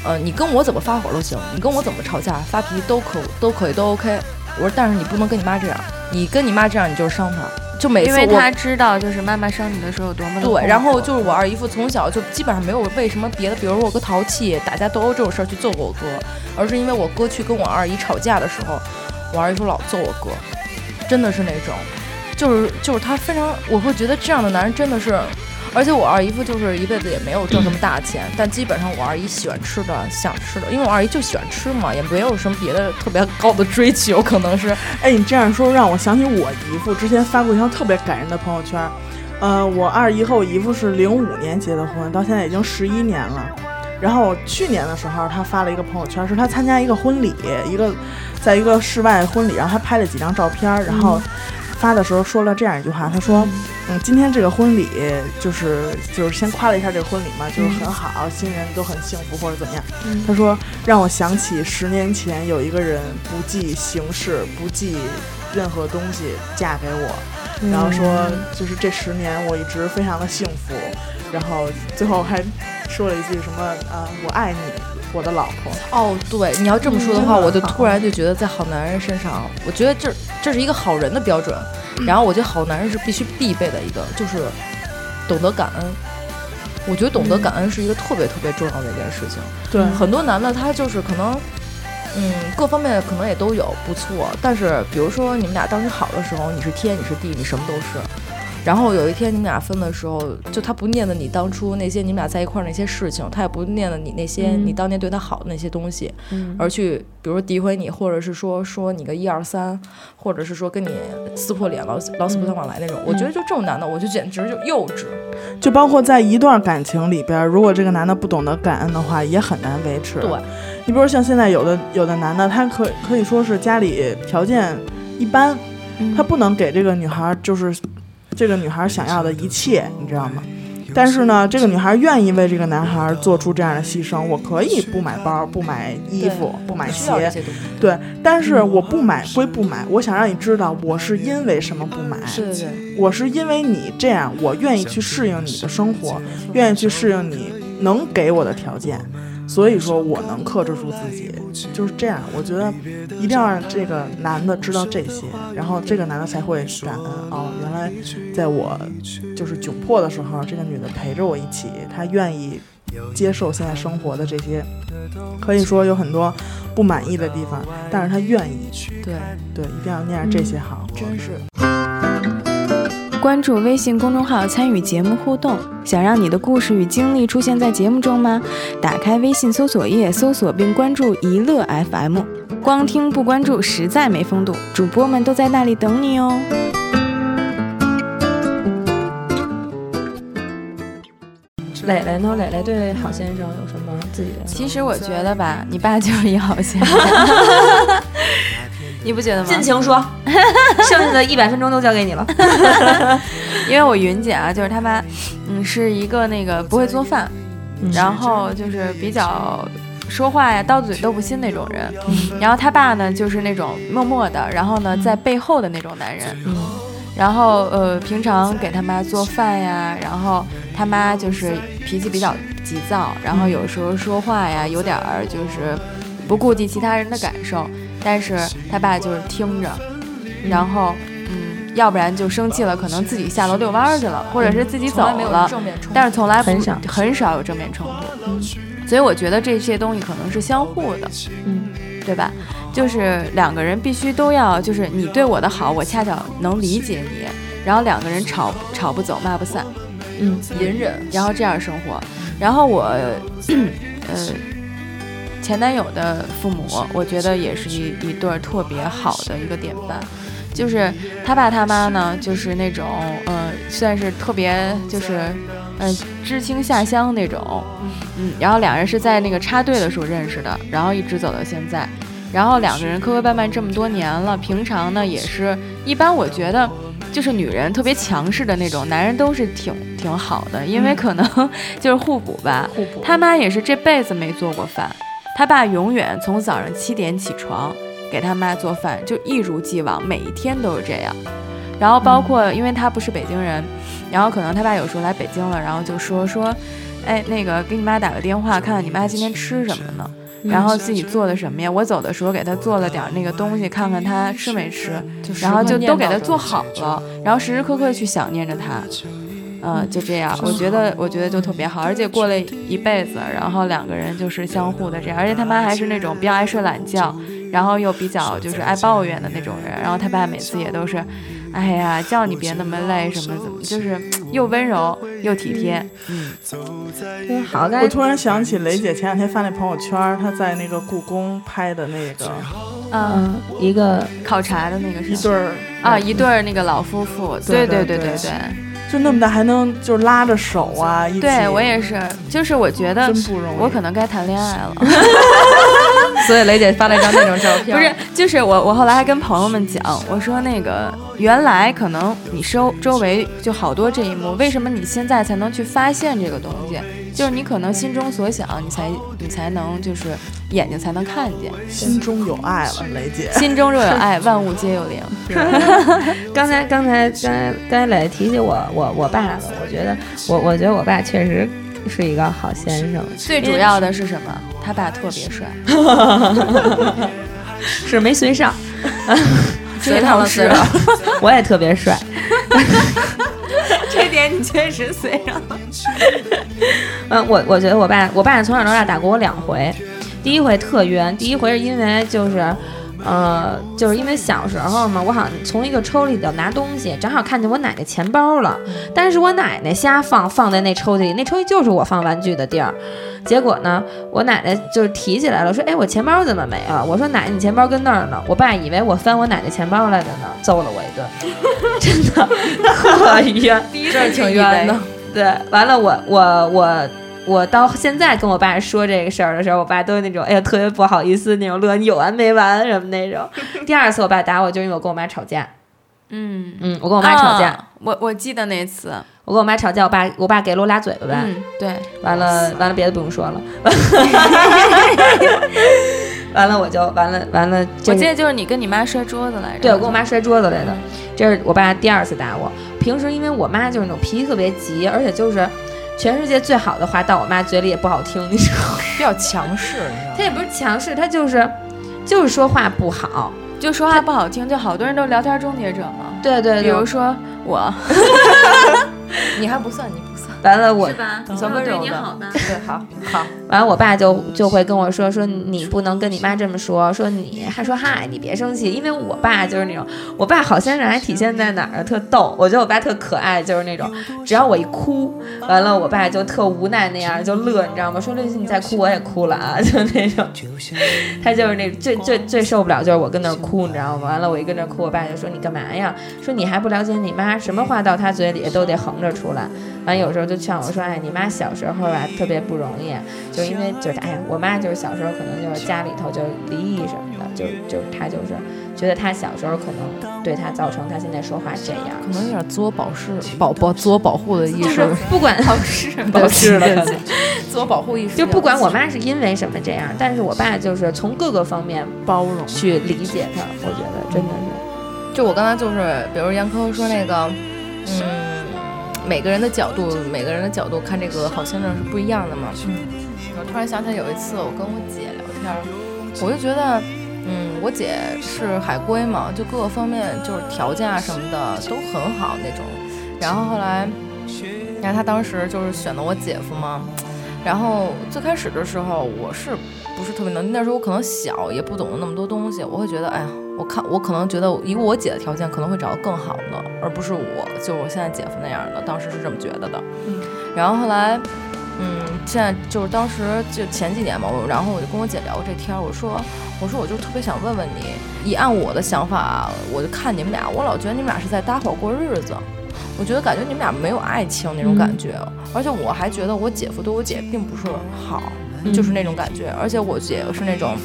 Speaker 6: 呃，你跟我怎么发火都行，你跟我怎么吵架发脾气都可都可以都 OK。我说，但是你不能跟你妈这样，你跟你妈这样你就是伤她，就每次
Speaker 7: 因为
Speaker 6: 我
Speaker 7: 他知道就是妈妈生你的时候有多么的
Speaker 6: 对，然后就是是我二姨夫从小就基本上没有为什么别的，比如说我哥淘气、打架斗殴这种事儿去揍过我哥，而是因为我哥去跟我二姨吵架的时候，我二姨夫老揍我哥，真的是那种，就是就是他非常，我会觉得这样的男人真的是。而且我二姨夫就是一辈子也没有挣什么大钱，但基本上我二姨喜欢吃的、想吃的，因为我二姨就喜欢吃嘛，也没有什么别的特别高的追求，可能是
Speaker 4: 哎，你这样说让我想起我姨父之前发过一条特别感人的朋友圈儿。呃，我二姨和我姨父是零五年结的婚，到现在已经十一年了。然后去年的时候，他发了一个朋友圈，是他参加一个婚礼，一个在一个室外婚礼，然后他拍了几张照片儿，然后发的时候说了这样一句话，他说：“嗯，今天这个婚礼就是就是先夸了一下这个婚礼嘛，就是很好，新人都很幸福或者怎么样。”他说让我想起十年前有一个人不计形式，不计任何东西嫁给我，
Speaker 5: 嗯
Speaker 4: 然后说就是这十年我一直非常的幸福，然后最后还说了一句什么啊、我爱你，我的老婆。
Speaker 6: 哦，对，你要这么说的
Speaker 4: 嗯
Speaker 6: 话，
Speaker 4: 真的
Speaker 6: 我就
Speaker 4: 好
Speaker 6: 突然就觉得在好男人身上，我觉得这这是一个好人的标准。
Speaker 4: 嗯
Speaker 6: 然后我觉得好男人是必须必备的一个，就是懂得感恩。我觉得懂得感恩是一个特别特别重要的一件事情。
Speaker 4: 对
Speaker 6: 很多男的他就是可能，嗯，各方面可能也都有不错，但是比如说你们俩当时好的时候，你是天，你是地，你什么都是。然后有一天你们俩分的时候，就他不念叨你当初那些你们俩在一块儿那些事情，他也不念叨你那些
Speaker 4: 嗯
Speaker 6: 你当年对他好的那些东西，
Speaker 5: 嗯
Speaker 6: 而去比如说诋毁你，或者是说说你个一二三，或者是说跟你撕破脸老死老死不相往来那种。我觉得就这种男的，我就简直就幼稚。
Speaker 4: 就包括在一段感情里边，如果这个男的不懂得感恩的话，也很难维持。
Speaker 6: 对，
Speaker 4: 你比如像现在有的有的男的，他可可以说是家里条件一般，
Speaker 6: 嗯
Speaker 4: 他不能给这个女孩就是这个女孩想要的一切，你知道吗？但是呢，这个女孩愿意为这个男孩做出这样的牺牲，我可以不买包、不买衣服、不买
Speaker 6: 需要这
Speaker 4: 鞋，
Speaker 6: 些东西。
Speaker 4: 对，但是我不买归不买，我想让你知道我是因为什么不买，
Speaker 6: 对对对，
Speaker 4: 我是因为你这样，我愿意去适应你的生活，愿意去适应你能给我的条件，所以说我能克制住自己，就是这样。我觉得一定要让这个男的知道这些，然后这个男的才会感恩哦，原来在我就是窘迫的时候，这个女的陪着我一起，她愿意接受现在生活的这些，可以说有很多不满意的地方，但是她愿意去，
Speaker 6: 对，
Speaker 4: 对，一定要念着这些好。
Speaker 6: 真是。
Speaker 8: 关注微信公众号参与节目互动，想让你的故事与经历出现在节目中吗？打开微信搜索页，搜索并关注“一乐 FM”，光听不关注实在没风度，主播们都在那里等你哦。
Speaker 5: 磊磊呃呢？磊磊对郝先生有什么自己的？
Speaker 7: 其实我觉得吧，你爸就是一好 先生，你不觉得吗？
Speaker 5: 尽情 说，剩下的一百分钟都交给你了。
Speaker 7: 因为我云姐啊，就是她妈，嗯，是一个那个不会做饭，然后就是比较说话呀刀子嘴豆腐心那种人，然后她爸呢就是那种默默的，然后呢在背后的那种男人，然后呃平常给他妈做饭呀，然后他妈就是脾气比较急躁，然后有时候说话呀有点儿就是不顾及其他人的感受，但是他爸就是听着，然后。嗯，要不然就生气了，可能自己下楼遛弯儿去了，或者是自己走
Speaker 6: 从来没有
Speaker 7: 了，
Speaker 6: 正面冲突，
Speaker 7: 但是从来不
Speaker 5: 很少
Speaker 7: 很少有正面冲突。所以我觉得这些东西可能是相互的，
Speaker 5: 嗯，
Speaker 7: 对吧？就是两个人必须都要，就是你对我的好，我恰巧能理解你，然后两个人吵吵不走，骂不散，
Speaker 5: 嗯
Speaker 6: 隐忍，
Speaker 7: 然后这样生活。然后我， 呃，前男友的父母，我觉得也是一一对儿特别好的一个典范。就是他爸他妈呢，就是那种，呃，算是特别就是，嗯、知青下乡那种，嗯，然后两人是在那个插队的时候认识的，然后一直走到现在，然后两个人磕磕绊绊这么多年了，平常呢也是一般，我觉得。就是女人特别强势的那种，男人都是挺挺好的，因为可能就是互补吧。
Speaker 5: 嗯互补
Speaker 7: 他妈也是这辈子没做过饭，他爸永远从早上七点起床给他妈做饭，就一如既往，每一天都是这样。然后包括因为他不是北京人，然后可能他爸有时候来北京了，然后就说说，哎，那个给你妈打个电话，看看你妈今天吃什么呢。然后自己做的什么呀？我走的时候给她做了点儿那个东西，看看她吃没吃，然后就都给她做好了，然后时时刻刻去想念着她。嗯，就这样，我觉得，我觉得就特别好，而且过了一辈子，然后两个人就是相互的这样，而且他妈还是那种比较爱睡懒觉，然后又比较就是爱抱怨的那种人，然后他爸每次也都是，哎呀，叫你别那么累，什么怎么，就是又温柔又体贴，
Speaker 5: 真 好，刚
Speaker 4: 我
Speaker 5: 才
Speaker 4: 突然想起雷姐前两天发那朋友圈儿，她在那个故宫拍的那个
Speaker 7: 嗯，
Speaker 5: 嗯，一个
Speaker 7: 考察的那个
Speaker 4: 一
Speaker 7: 是
Speaker 4: 对儿
Speaker 7: 啊，一对儿那个老夫妇，
Speaker 4: 对
Speaker 7: 对
Speaker 4: 对
Speaker 7: 对
Speaker 4: 对
Speaker 7: 对。
Speaker 4: 就那么大还能就是拉着手啊，一起
Speaker 7: 对我也是，就是我觉得
Speaker 4: 真不容易
Speaker 7: 我可能该谈恋爱了，
Speaker 5: 所以雷姐发了一张那种照 片
Speaker 7: 不是，就是我我后来还跟朋友们讲，我说那个原来可能你周周围就好多这一幕，为什么你现在才能去发现这个东西？就是你可能心中所想，你才你才能就是眼睛才能看见，
Speaker 4: 心中有爱了，雷姐。
Speaker 7: 心中若有爱，万物皆有灵。
Speaker 5: 刚才刚才刚才刚才磊提起我我我爸了，我觉得我我觉得我爸确实是一个好先生，
Speaker 7: 最主要的是什么？他爸特别帅，
Speaker 5: 是没随上，
Speaker 7: 这一套是，
Speaker 5: 我也特别帅，
Speaker 7: 这点你确实随上。
Speaker 5: 嗯，我我觉得我爸我爸从小到大打过我两回，第一回特冤，第一回是因为就是。呃，就是因为小时候嘛，我好像从一个抽屉里头拿东西，正好看见我奶奶钱包了，但是我奶奶瞎放，放在那抽屉里，那抽屉就是我放玩具的地儿。结果呢，我奶奶就是提起来了，说：“哎，我钱包怎么没了？”我说：“奶奶，你钱包跟那儿呢。”我爸以为我翻我奶奶钱包来的呢，揍了我一顿， 真的特冤。
Speaker 6: 这挺冤的。
Speaker 5: 对，完了我我我我到现在跟我爸说这个事儿的时候，我爸都是那种哎呀特别不好意思那种乐，你有完没完什么那种。第二次我爸打我，就是因为我跟我妈吵架。
Speaker 7: 嗯，
Speaker 5: 嗯，我跟我妈吵架，
Speaker 7: 啊我我记得那次，
Speaker 5: 我跟我妈吵架，我爸我爸给了我俩嘴巴吧。
Speaker 7: 嗯，对，
Speaker 5: 完了完了，别的不用说了。 完了我就完了完了，这
Speaker 7: 我记得就是你跟你妈摔桌子来着。
Speaker 5: 对，我跟我妈摔桌子来的，这是我爸第二次打我。平时因为我妈就是那种脾气特别急，而且就是全世界最好的话到我妈嘴里也不好听，你知道吗？
Speaker 6: 比较强势，你知道吗
Speaker 5: 她也不是强势，她就是就是说话不好。
Speaker 7: 就说话不好听，就好多人都聊天终结者嘛。
Speaker 5: 对对
Speaker 7: 比如
Speaker 5: 对，
Speaker 7: 说我，
Speaker 6: 你还不算，你 不算，
Speaker 5: 完了我
Speaker 7: 吧？
Speaker 6: 你算温柔的。嗯 对，好，好，
Speaker 5: 完了，我爸就就会跟我说说你不能跟你妈这么说，说你还说嗨，你别生气，因为我爸就是那种，我爸好先生还体现在哪儿啊？特逗，我觉得我爸特可爱，就是那种，只要我一哭，完了我爸就特无奈那样就乐，你知道吗？说刘雨欣你再哭我也哭了啊，就那种，他就是那最最最受不了就是我跟那儿哭，你知道吗？完了我一跟那儿哭，我爸就说你干嘛呀？说你还不了解你妈，什么话到她嘴里都得横着出来。完有时候就劝我说，哎，你妈小时候啊特别不容易。就因为就是哎呀，我妈就是小时候可能就是家里头就离异什么的，就就她就是觉得她小时候可能对她造成她现在说话这样，
Speaker 6: 可能有点自我保释、保保自我保护的 意
Speaker 5: 就是
Speaker 6: 识，
Speaker 5: 不管
Speaker 6: 保
Speaker 5: 释了
Speaker 6: 对自我保护意识，
Speaker 5: 就不管我妈是因为什么这样，但是我爸就是从各个方面
Speaker 4: 包容。
Speaker 5: 去理解她，我觉得真的是
Speaker 6: 就我刚才就是，比如严科说那个，嗯，每个人的角度，每个人的角度看这个好先生是不一样的嘛。我突然想起来有一次我跟我姐聊天儿，我就觉得，嗯，我姐是海归嘛，就各个方面就是条件啊什么的都很好那种。然后后来，然后她当时就是选的我姐夫嘛。然后最开始的时候，我是不是特别能？那时候我可能小，也不懂得那么多东西，我会觉得，哎呀，我看我可能觉得以我姐的条件，可能会找到更好的，而不是我就是我现在姐夫那样的。当时是这么觉得的。然后后来，嗯，现在就是当时就前几年嘛，我然后我就跟我姐聊过这天儿，我说我说我就特别想问问你，以按我的想法，我就看你们俩，我老觉得你们俩是在搭伙过日子。我觉得感觉你们俩没有爱情那种感觉，而且我还觉得我姐夫对我姐并不是好，就是那种感觉。而且我姐是那种，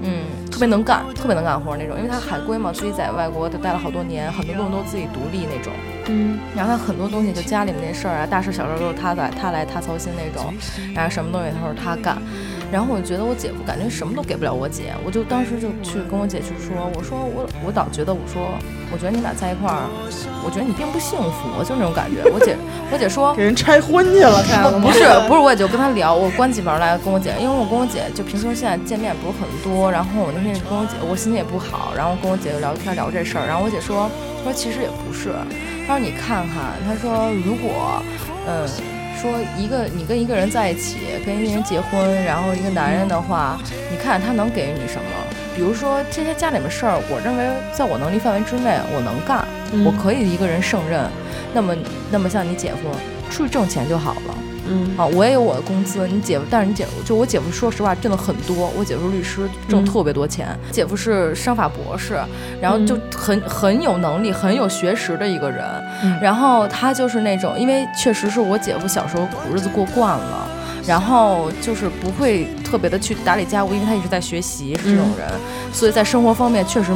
Speaker 6: 嗯，特别能干，特别能干活那种，因为她海归嘛，自己在外国她待了好多年，很多东西都自己独立那种。嗯，然后她很多东西就家里面那事儿啊，大事小事都是她来，她来她操心那种，然后什么东西都是她干。然后我觉得我姐夫感觉什么都给不了我姐，我就当时就去跟我姐去说，我说我我老觉得我说，我觉得你俩在一块儿，我觉得你并不幸福，就那种感觉。我姐我姐说
Speaker 4: 给人拆婚去了，看
Speaker 6: 不
Speaker 4: 了吗？
Speaker 6: 不是不是，我也就跟他聊，我关起门来跟我姐，因为我跟我姐就平时现在见面不是很多，然后我那天就跟我姐，我心情也不好，然后跟我姐就聊天聊这事儿，然后我姐说，她说其实也不是，她说你看看，她说如果，嗯。说一个你跟一个人在一起，跟一个人结婚，然后一个男人的话，你看他能给你什么？比如说这些家里面事儿，我认为在我能力范围之内，我能干，我可以一个人胜任。那么，那么像你姐夫出去挣钱就好了。
Speaker 5: 嗯
Speaker 6: 啊，我也有我的工资，你姐夫，但是你姐夫就我姐夫，说实话挣的很多，我姐夫是律师，挣特别多钱。姐夫是商法博士，然后就很很有能力、很有学识的一个人。然后他就是那种，因为确实是我姐夫小时候苦日子过惯了，然后就是不会特别的去打理家务，因为他一直在学习，是这种人，所以在生活方面确实。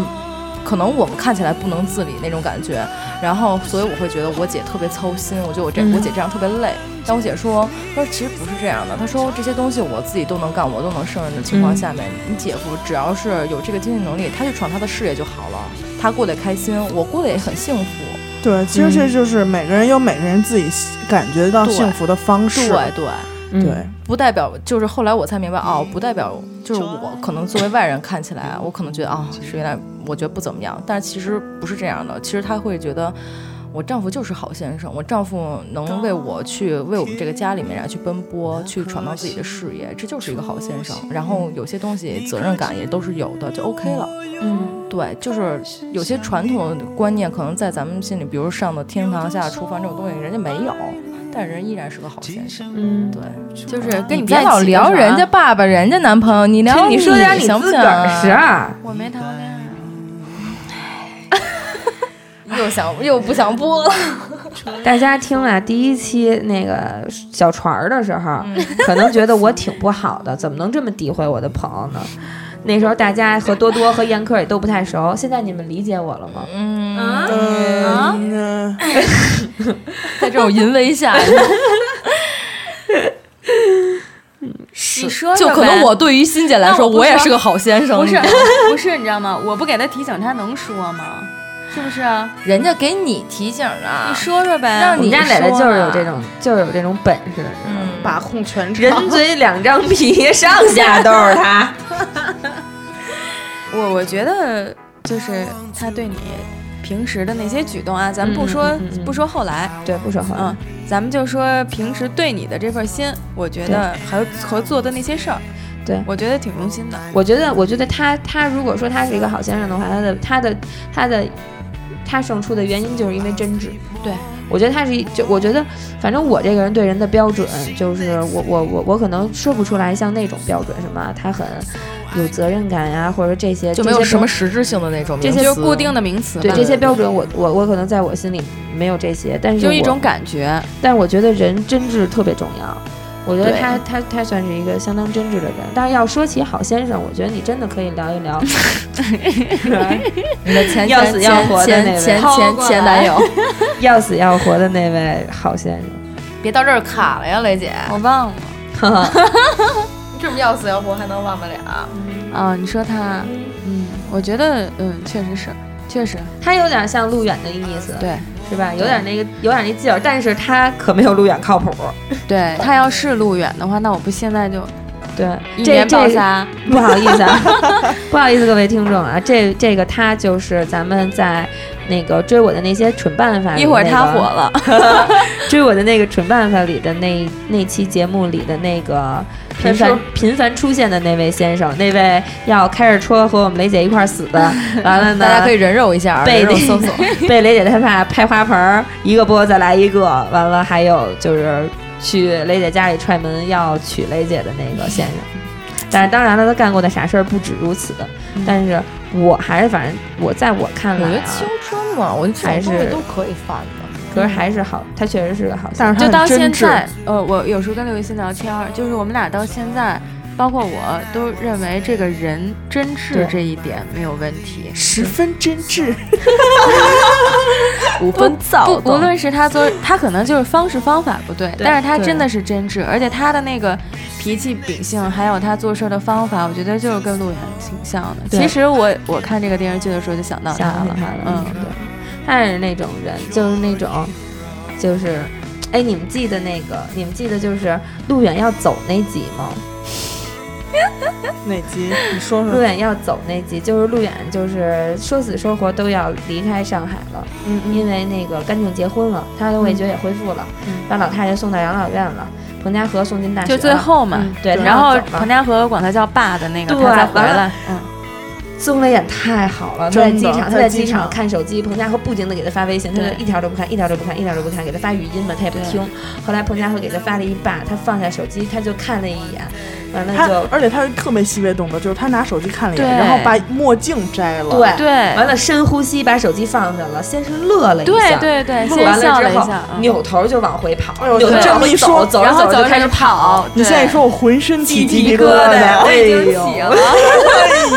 Speaker 6: 可能我们看起来不能自理那种感觉，然后所以我会觉得我姐特别操心，我觉得我这、我姐这样特别累。但我姐说，她说其实不是这样的，她说这些东西我自己都能干，我都能胜任的情况下面，你姐夫只要是有这个经济能力，他去闯他的事业就好了，他过得开心，我过得也很幸福。
Speaker 4: 对，其实
Speaker 7: 嗯
Speaker 4: 这就是每个人有每个人自己感觉到幸福的方式。
Speaker 6: 对对，
Speaker 4: 对，
Speaker 6: 不代表就是后来我才明白哦，不代表就是我可能作为外人看起来，我可能觉得啊、是原来我觉得不怎么样，但是其实不是这样的，其实他会觉得。我丈夫就是好先生，我丈夫能为我去为我们这个家里面人去奔波，去闯荡自己的事业，这就是一个好先生。然后有些东西责任感也都是有的，就 OK 了。
Speaker 5: 嗯，
Speaker 6: 对，就是有些传统的观念可能在咱们心里，比如上的天堂下厨房这种东西，人家没有，但人依然是个好先生。
Speaker 5: 嗯，
Speaker 6: 对，
Speaker 7: 就是跟
Speaker 6: 你
Speaker 7: 你
Speaker 6: 别
Speaker 7: 在一起
Speaker 6: 老
Speaker 7: 的
Speaker 6: 聊
Speaker 7: 时候
Speaker 6: 人
Speaker 7: 啊
Speaker 6: 家爸爸、人家男朋友，你聊
Speaker 5: 你说点你
Speaker 6: 行不
Speaker 5: 自
Speaker 6: 行
Speaker 5: 个儿
Speaker 6: 啊？
Speaker 5: 事儿。
Speaker 7: 我没谈过恋爱，
Speaker 6: 又想又不想播了。
Speaker 5: 大家听啊，第一期那个小船儿的时候，
Speaker 6: 嗯
Speaker 5: 可能觉得我挺不好的，怎么能这么诋毁我的朋友呢？那时候大家和多多和燕科也都不太熟，现在你们理解我了
Speaker 6: 嗯
Speaker 5: 吗？
Speaker 7: 嗯啊
Speaker 4: 嗯，
Speaker 6: 在这种淫威 下，
Speaker 7: 你说
Speaker 6: 就
Speaker 7: 说
Speaker 6: 可能
Speaker 7: 呗
Speaker 6: 我对于欣姐来
Speaker 7: 那
Speaker 6: 说，
Speaker 7: 我不
Speaker 6: 我也
Speaker 7: 说
Speaker 6: 是个好先生。
Speaker 7: 不是
Speaker 6: 你知道吗
Speaker 7: 不是，你知道吗？我不给他提醒，他能说吗？是不是啊？
Speaker 6: 人家给你提醒啊了，
Speaker 7: 你说说呗，
Speaker 6: 让
Speaker 5: 我们
Speaker 6: 你
Speaker 5: 家
Speaker 6: 说
Speaker 5: 磊磊就是有这
Speaker 6: 呢
Speaker 5: 种，就是有这种本事，
Speaker 6: 嗯，
Speaker 4: 把控全场，
Speaker 5: 人嘴两张皮，上下都是他。
Speaker 7: 我我觉得就是他对你平时的那些举动啊，咱们不说、
Speaker 5: 嗯嗯嗯嗯
Speaker 7: 不说后来，
Speaker 5: 对，不说话。
Speaker 7: 嗯，咱们就说平时对你的这份心，我觉得还有合作的那些事儿，
Speaker 5: 对
Speaker 7: 我觉得挺用心的。
Speaker 5: 我觉得，我觉得他他如果说他是一个好先生的话，他的他的他的他胜出的原因就是因为真挚。
Speaker 7: 对，
Speaker 5: 我觉得他是一就我觉得，反正我这个人对人的标准就是我我我我可能说不出来像那种标准什么，他很有责任感呀、或者这些
Speaker 6: 就没有
Speaker 5: 这些
Speaker 6: 什么
Speaker 5: 标
Speaker 6: 实质性的那种
Speaker 5: 这
Speaker 6: 名
Speaker 5: 些
Speaker 6: 词，
Speaker 7: 就是固 定的名词吧，
Speaker 5: 对这些标准我，我我可能在我心里没有这些，但是
Speaker 7: 就是一
Speaker 5: 我
Speaker 7: 种感觉。
Speaker 5: 但我觉得人真挚特别重要。我觉得
Speaker 7: 对
Speaker 5: 他他他算是一个相当真挚的人，但是要说起好先生，我觉得你真的可以聊一 聊
Speaker 6: 你的前
Speaker 5: 要
Speaker 6: 前
Speaker 5: 死要活的
Speaker 6: 前
Speaker 5: 那位
Speaker 6: 前
Speaker 7: 抛
Speaker 6: 前
Speaker 7: 过
Speaker 6: 前
Speaker 7: 来
Speaker 6: 男 友，
Speaker 5: 要死要活的那位好先生。
Speaker 6: 别到这儿卡了呀，雷姐，
Speaker 7: 我忘了
Speaker 6: 这么要死要活还能忘得了？
Speaker 7: 啊，你说他，嗯，我觉得，嗯，确实是，确实
Speaker 5: 他有点像路远的意思，
Speaker 7: 对
Speaker 5: 是吧？有点那个，有点那劲儿，但是他可没有路远靠谱。
Speaker 7: 对，他要是路远的话，那我不现在就
Speaker 5: 对，
Speaker 7: 一
Speaker 5: 这
Speaker 7: 年爆
Speaker 5: 这
Speaker 7: 仨，
Speaker 5: 不好意 思啊，不好意思各位听众啊，这这个他就是咱们在那个追我的那些蠢办法里
Speaker 7: 一会儿
Speaker 5: 那
Speaker 7: 他
Speaker 5: 个
Speaker 7: 火 了，
Speaker 5: 追我的那个《蠢办法》里的那那期节目里的那个频繁频繁出现的那位先生，那位要开着车和我们雷姐一块儿死 的，完了呢，
Speaker 6: 大家可以人肉一下啊，
Speaker 5: 被
Speaker 6: 人肉
Speaker 5: 那
Speaker 6: 搜索。
Speaker 5: 被雷姐他爸拍花盆儿，一个不够再来一个，完了还有就是去雷姐家里踹门要娶雷姐的那个先生。但是当然了，他干过的傻事儿不止如此，但是我还是反正我在我看来、
Speaker 6: 嗯
Speaker 5: 啊
Speaker 6: 我觉得，青春 嘛，我觉得这种东
Speaker 5: 还是
Speaker 6: 西都可以翻的。
Speaker 5: 可是还是好，他确实是个好先生。
Speaker 4: 但是他很
Speaker 7: 就到现
Speaker 4: 真挚
Speaker 7: 在，呃，我有时候跟刘雨欣聊天儿，就是我们俩到现在，包括我都认为这个人真
Speaker 5: 对
Speaker 7: 挚这一点没有问题。
Speaker 4: 十分真 挚，
Speaker 6: 五分
Speaker 7: 不
Speaker 6: 躁，
Speaker 7: 无论是他做，他可能就是方式方法不对，
Speaker 5: 对
Speaker 7: 但是他
Speaker 5: 对
Speaker 7: 真的是真挚，而且他的那个脾气秉性，还有他做事的方法，我觉得就是跟陆远挺像的。
Speaker 5: 对
Speaker 7: 其实我我看这个电视剧的时候就想到他
Speaker 5: 吓
Speaker 7: 了
Speaker 5: 了，他了，
Speaker 7: 嗯，
Speaker 5: 对，他是那种人，就是那种，就是，哎，你们记得那个，你们记得就是路远要走那集吗？
Speaker 4: 哪集？你说
Speaker 5: 路
Speaker 7: 嗯
Speaker 4: 说。
Speaker 5: 远要走那集，就是路远就是说死说活都要离开上海了，
Speaker 4: 嗯
Speaker 5: 因为那个干净结婚了，他的味
Speaker 7: 嗯
Speaker 5: 觉也恢复了，把老太太送到养老院了，彭家河送进大学
Speaker 7: 就
Speaker 5: 了，
Speaker 7: 最后嘛，
Speaker 5: 嗯对，
Speaker 7: 然后
Speaker 5: 他要走了
Speaker 7: 彭家和管他叫爸的那个，
Speaker 5: 对
Speaker 7: 他再回
Speaker 5: 完
Speaker 7: 来，嗯，
Speaker 5: 宋威演太好了，他
Speaker 4: 真
Speaker 5: 在
Speaker 4: 的
Speaker 5: 机场，他
Speaker 4: 在
Speaker 5: 在
Speaker 4: 机
Speaker 5: 机场
Speaker 4: 场
Speaker 5: 看手机，彭佳慧不停的给他发微信，他就
Speaker 7: 对
Speaker 5: 一条都不看，一条都不看，一条都不看，给他发语音嘛，他也不
Speaker 7: 对
Speaker 5: 听。后来彭佳慧给他发了一把，他放下手机，他就看了一眼，完
Speaker 4: 他
Speaker 5: 了就
Speaker 4: 而且他是特别细微懂得，就是他拿手机看了一眼，
Speaker 7: 对
Speaker 4: 然后把墨镜摘了，
Speaker 5: 对
Speaker 7: 对
Speaker 5: 哎完了深呼吸，把手机放下了，先是乐了一
Speaker 7: 对
Speaker 5: 下，
Speaker 7: 对对，
Speaker 5: 录完
Speaker 7: 先笑了
Speaker 5: 了之
Speaker 7: 一
Speaker 5: 后
Speaker 7: 下，嗯
Speaker 5: 扭头就往回跑
Speaker 4: 哎，呦
Speaker 5: 扭头
Speaker 7: 对
Speaker 5: 往
Speaker 4: 这么
Speaker 5: 回
Speaker 4: 一
Speaker 5: 走，
Speaker 4: 说
Speaker 5: 走着
Speaker 7: 然后
Speaker 5: 走着
Speaker 7: 走
Speaker 5: 就
Speaker 7: 着
Speaker 5: 开始
Speaker 7: 就跑
Speaker 5: 跑，，
Speaker 4: 你现在一说，我浑身起鸡皮疙瘩，
Speaker 5: 我
Speaker 4: 哎
Speaker 5: 已经
Speaker 4: 呦，
Speaker 5: 起 了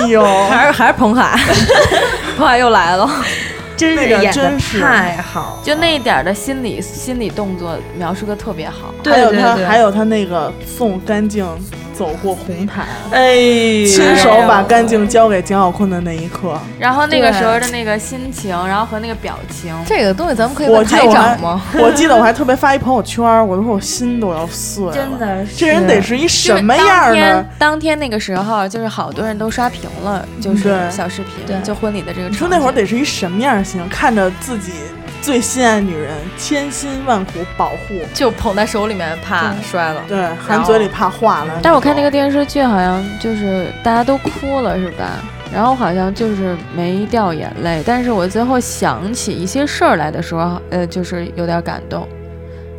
Speaker 4: 哎呦，
Speaker 6: 还是还是彭海，彭海又来了。
Speaker 5: 真是
Speaker 4: 那个
Speaker 5: 演的
Speaker 4: 真是
Speaker 5: 太好了，
Speaker 7: 就那一点儿的心理心理动作描述的特别好。
Speaker 5: 对
Speaker 4: 还有
Speaker 5: 对
Speaker 4: 他，
Speaker 5: 对
Speaker 4: 还有他那个送干净走过红毯，
Speaker 5: 哎呦，
Speaker 4: 亲手把干净交给蒋小坤的那一刻，
Speaker 7: 然后那
Speaker 5: 对
Speaker 7: 个时候的那个心情，然后和那个表情，
Speaker 6: 这个东西咱们可以
Speaker 4: 我
Speaker 6: 问
Speaker 4: 记得
Speaker 6: 台
Speaker 4: 我
Speaker 6: 长
Speaker 4: 还
Speaker 6: 吗？，
Speaker 4: 我记得我还特别发一朋友圈，我都说我心都要碎了，
Speaker 5: 真的是，
Speaker 4: 这人得是一
Speaker 7: 就是
Speaker 4: 什么样
Speaker 7: 当
Speaker 4: 的
Speaker 7: 天？当天那个时候，就是好多人都刷屏了，就是
Speaker 4: 对
Speaker 7: 小视频
Speaker 5: 嗯对，
Speaker 7: 就婚礼的这个
Speaker 4: 啊你
Speaker 7: 场景。
Speaker 4: 说那会儿得是一什么样的心情？看着自己最心爱女人，千辛万苦保护，
Speaker 6: 就捧在手里面，怕摔了。
Speaker 4: 对，含嘴里怕化了。
Speaker 7: 但我看那个电视剧好像就是大家都哭了，是吧？然后好像就是没掉眼泪，但是我最后想起一些事儿来的时候，呃，就是有点感动，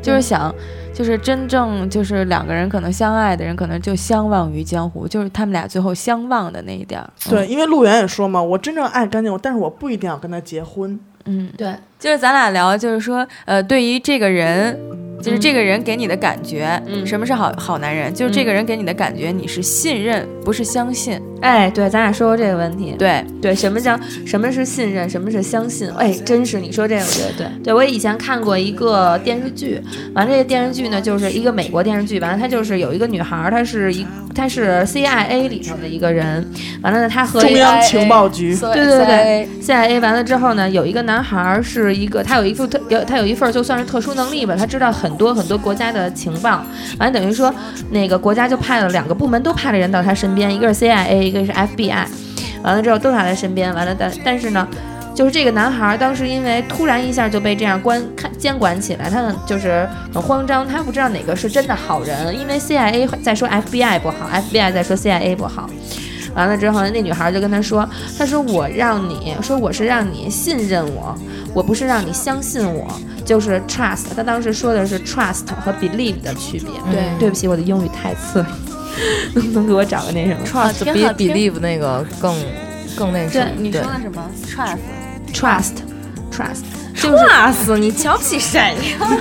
Speaker 7: 就是想，就是真正就是两个人可能相爱的人，可能就相忘于江湖，就是他们俩最后相忘的那一点儿。
Speaker 4: 对，因为陆源也说嘛，我真正爱干净，但是我不一定要跟他结婚。
Speaker 7: 嗯，
Speaker 5: 对，
Speaker 8: 就是咱俩聊，就是说，呃，对于这个人，就是这个人给你的感觉，
Speaker 7: 嗯
Speaker 8: 什么是好好男人？就是这个人给你的感觉，你是信任，不是相信。
Speaker 5: 哎，对，咱俩说过这个问题。
Speaker 8: 对，
Speaker 5: 对，什么叫什么是信任，什么是相信？哎，真是你说这个，我觉得对。对我以前看过一个电视剧，完了这个电视剧呢，就是一个美国电视剧，完了它就是有一个女孩儿，她是一她是 CIA 里头的一个人，完了呢，她和一
Speaker 4: 中
Speaker 5: 个
Speaker 4: 央情报局，
Speaker 5: 对对对，CIA 完了之后呢，有一个男孩儿是一个，他有一副特有他有一份儿就算是特殊能力吧，他知道很多很多国家的情报，完了等于说那个国家就派了两个部门都派了人到他身边，一个是 CIA，一个是 FBI，完了之后都是他身边，完了但但是呢。就是这个男孩儿当时因为突然一下就被这样关看监管起来，他很就是很慌张，他不知道哪个是真的好人，因为 CIA 在说 FBI 不好，FBI 在说 CIA 不好。完了之后，那女孩就跟他说：“她说我让你说我是让你信任我，我不是让你相信我，就是 trust。”她当时说的是 trust 和 believe 的区别。
Speaker 6: 对
Speaker 5: 对不起，我的英语太次了， 能不能给我找个那什么
Speaker 6: ，trust
Speaker 7: 挺
Speaker 6: 比
Speaker 7: 好听
Speaker 6: believe 那个更更那什
Speaker 5: 对
Speaker 6: 么。
Speaker 7: 你说
Speaker 6: 啊
Speaker 7: 的
Speaker 6: 对
Speaker 7: 什么？trust。
Speaker 5: trust trust？
Speaker 6: ，trust，你瞧不起谁呀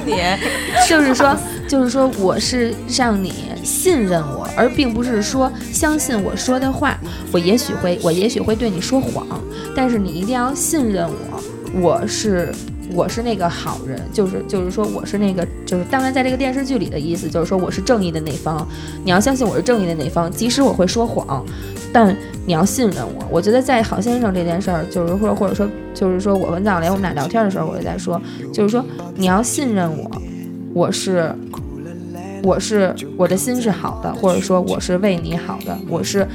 Speaker 6: 你？
Speaker 5: 就是说，就是说，我是让你信任我，而并不是说相信我说的话。我也许会，我也许会对你说谎，但是你一定要信任我。我是，我是那个好人，就是就是说，我是那个，就是当然，在这个电视剧里的意思就是说，我是正义的那方。你要相信我是正义的那方，即使我会说谎，但你要信任我。我觉得在好先生这件事儿，就是或者或者说，就是说我跟藏雷我们俩聊天的时候，我就在说，就是说你要信任我，我是我是我的心是好的，或者说我是为你好的，我是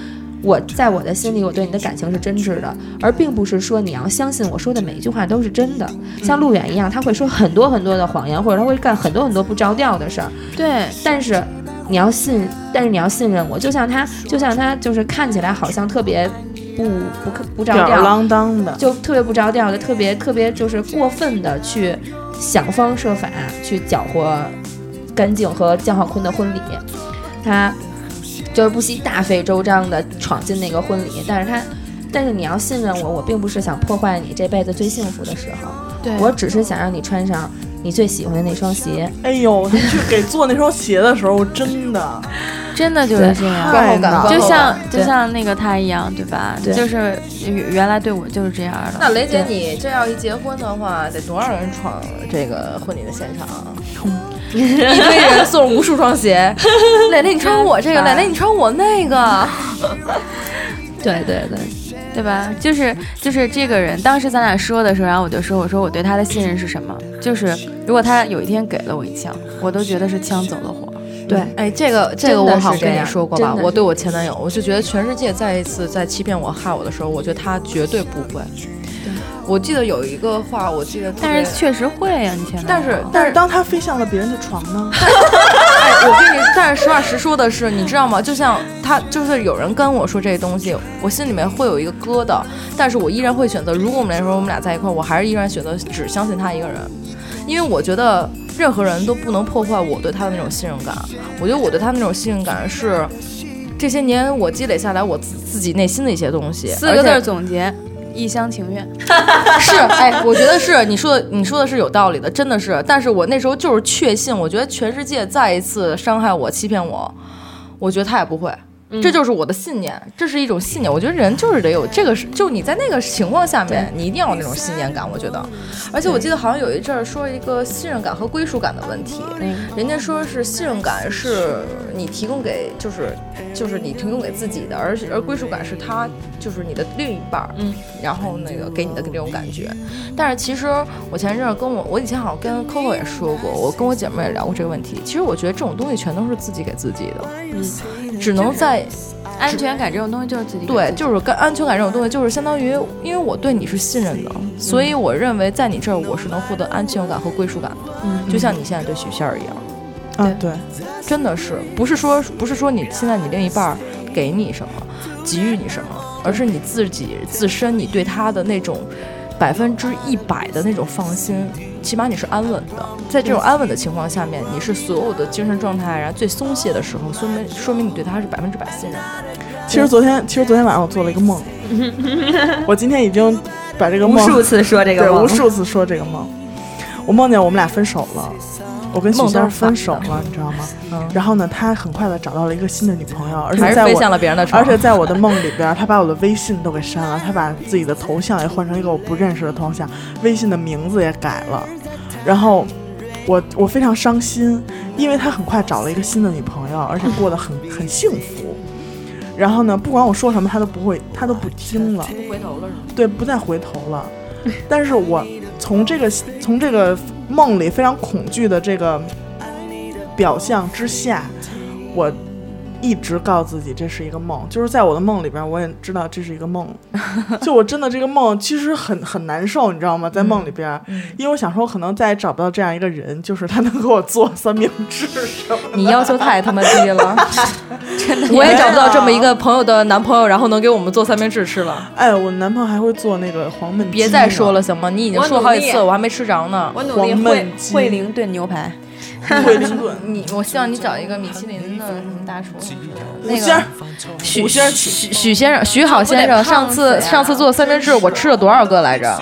Speaker 5: 我在我的心里，我对你的感情是真挚的，而并不是说你要相信我说的每一句话都是真的。像陆远一样，他会说很多很多的谎言，或者他会干很多很多不着调的事儿，
Speaker 7: 对，
Speaker 5: 但是。你要信，但是你要信任我，就像他，就像他，就是看起来好像特别不不不着
Speaker 4: 吊儿
Speaker 5: 调，
Speaker 4: 郎当的。
Speaker 5: 就特别不着调的，特别特别就是过分的去想方设法去搅和干净和江浩坤的婚礼，他就是不惜大费周章的闯进那个婚礼，但是他，但是你要信任我，我并不是想破坏你这辈子最幸福的时候，
Speaker 7: 对
Speaker 5: 我只是想让你穿上你最喜欢的那双鞋，
Speaker 4: 哎呦，你去给做那双鞋的时候，真的
Speaker 7: 真的就是这样。
Speaker 4: 太难
Speaker 6: 观
Speaker 7: 就
Speaker 6: 后
Speaker 7: 像
Speaker 6: 感
Speaker 7: 就
Speaker 5: 对
Speaker 7: 像那个他一样，对吧？
Speaker 5: 对
Speaker 7: 就是原原来对我就是这样的。
Speaker 6: 那雷姐，
Speaker 5: 对
Speaker 6: 你这要一结婚的话，得多少人闯这个婚礼的现场啊？一堆人送无数双鞋，蕾蕾你穿我这个，蕾蕾你穿我那个，
Speaker 5: 对对对，
Speaker 7: 对吧？就是就是这个人，当时咱俩说的时候，然后我就说，我说我对他的信任是什么？就是如果他有一天给了我一枪，我都觉得是枪走了火。
Speaker 6: 哎，这个
Speaker 5: 嗯
Speaker 6: 这
Speaker 5: 真
Speaker 6: 个
Speaker 5: 的
Speaker 6: 我
Speaker 5: 是
Speaker 6: 好像
Speaker 5: 这
Speaker 6: 跟你
Speaker 5: 样
Speaker 6: 说过
Speaker 5: 真
Speaker 6: 吧？
Speaker 5: 的
Speaker 6: 我
Speaker 5: 是
Speaker 6: 对我前男友，我就觉得全世界再一次在欺骗我、害我的时候，我觉得他绝对不会。我记得有一个话，我记得特别，
Speaker 7: 但是确实会呀、你前
Speaker 6: 但
Speaker 7: 男友
Speaker 6: 是
Speaker 4: 但
Speaker 6: 但
Speaker 4: 是
Speaker 6: 是
Speaker 4: 当他飞向了别人的床呢？
Speaker 6: 哎，我跟你，但是实话实说的是，你知道吗？就像他，就是有人跟我说这东西，我心里面会有一个疙瘩，但是我依然会选择。如果我们来说我们俩在一块儿，我还是依然选择只相信他一个人，因为我觉得任何人都不能破坏我对他的那种信任感。我觉得我对他那种信任感是这些年我积累下来我自自己内心的一些东西，
Speaker 7: 四个字
Speaker 6: 而
Speaker 7: 儿
Speaker 6: 且
Speaker 7: 总结：一厢情愿。
Speaker 6: 是，哎，我觉得是你说的，你说的是有道理的，真的是。但是我那时候就是确信，我觉得全世界再一次伤害我、欺骗我，我觉得他也不会。这就是我的信念，这是一种信念。我觉得人就是得有这个是，就你在那个情况下面，你一定要有那种信念感。我觉得，而且我记得好像有一阵儿说一个信任感和归属感的问题，人家说是信任感是你提供给，就是就是你提供给自己的，而而归属感是他就是你的另一半，嗯，然后那个给你的这种感觉。但是其实我前一阵儿跟我我以前好像跟 Coco 也说过，我跟我姐妹也聊过这个问题。其实我觉得这种东西全都是自己给自己的，只能在为
Speaker 7: 安全感这种东西就是自己给
Speaker 6: 对，
Speaker 7: 自己
Speaker 6: 就是跟安全感这种东西，就是相当于，因为我对你是信任的，所以我认为在你这儿我是能获得安全感和归属感的，
Speaker 7: 嗯
Speaker 6: 就像你现在对许仙儿一样，
Speaker 4: 啊，对，
Speaker 6: 真的是不是说不是说你现在你另一半儿给你什么，给予你什么，而是你自己自身你对他的那种百分之一百的那种放心，起码你是安稳的，在这种安稳的情况下面，你是所有的精神状态然后最松懈的时候，说明说明你对他是百分之百信任的。
Speaker 4: 其实昨天，其实昨天晚上我做了一个梦，我今天已经把这个
Speaker 5: 无
Speaker 4: 梦
Speaker 5: 数次说这个
Speaker 4: 对
Speaker 5: 梦，
Speaker 4: 无数次说这个梦。我梦见我们俩分手了，我跟许
Speaker 6: 梦都
Speaker 4: 仙
Speaker 6: 是
Speaker 4: 分
Speaker 6: 反
Speaker 4: 手
Speaker 6: 的
Speaker 4: 了，你知道吗？
Speaker 6: 嗯
Speaker 4: 然后呢，他很快的找到了一个新的女朋友，而
Speaker 6: 还
Speaker 4: 且
Speaker 6: 是
Speaker 4: 在
Speaker 6: 飞
Speaker 4: 我
Speaker 6: 向了别人的
Speaker 4: 而
Speaker 6: 床。
Speaker 4: 且在我的梦里边，他把我的微信都给删了，他把自己的头像也换成一个我不认识的头像，微信的名字也改了。然后我我非常伤心，因为他很快找了一个新的女朋友，而且过得很很幸福。然后呢，不管我说什么，他都不会，他都不听了，不回头了，对，不再回头了。但是我 从这个从这个梦里非常恐惧的这个表象之下，我一直告诉自己这是一个梦，就是在我的梦里边，我也知道这是一个 梦。就我真的这个梦其实很很难受，你知道吗？在梦里边，
Speaker 6: 嗯
Speaker 4: 因为我想说，我可能再也找不到这样一个人，就是他能给我做三明治什么的。
Speaker 6: 你要求太他妈低 了， 真的，我也找不到这么一个朋友的男朋友，然后能给我们做三明治吃了。
Speaker 4: 哎，我男朋友还会做那个黄焖鸡呢，
Speaker 6: 别再说了，行吗？你已经说好几次，我还没吃着呢。
Speaker 7: 我努
Speaker 4: 黄
Speaker 7: 力
Speaker 4: 焖
Speaker 7: 会
Speaker 4: 鸡、
Speaker 8: 惠灵顿牛排，
Speaker 4: 惠灵 顿、
Speaker 6: 你，我希望你找一个米其林的什么大厨。
Speaker 4: 五星儿、
Speaker 6: 许
Speaker 4: 五星儿起。
Speaker 6: 许许先生，许好先
Speaker 7: 不得
Speaker 6: 生，
Speaker 7: 胖
Speaker 6: 上次
Speaker 7: 死呀
Speaker 6: 上次做的三明治，我吃了多少个来着？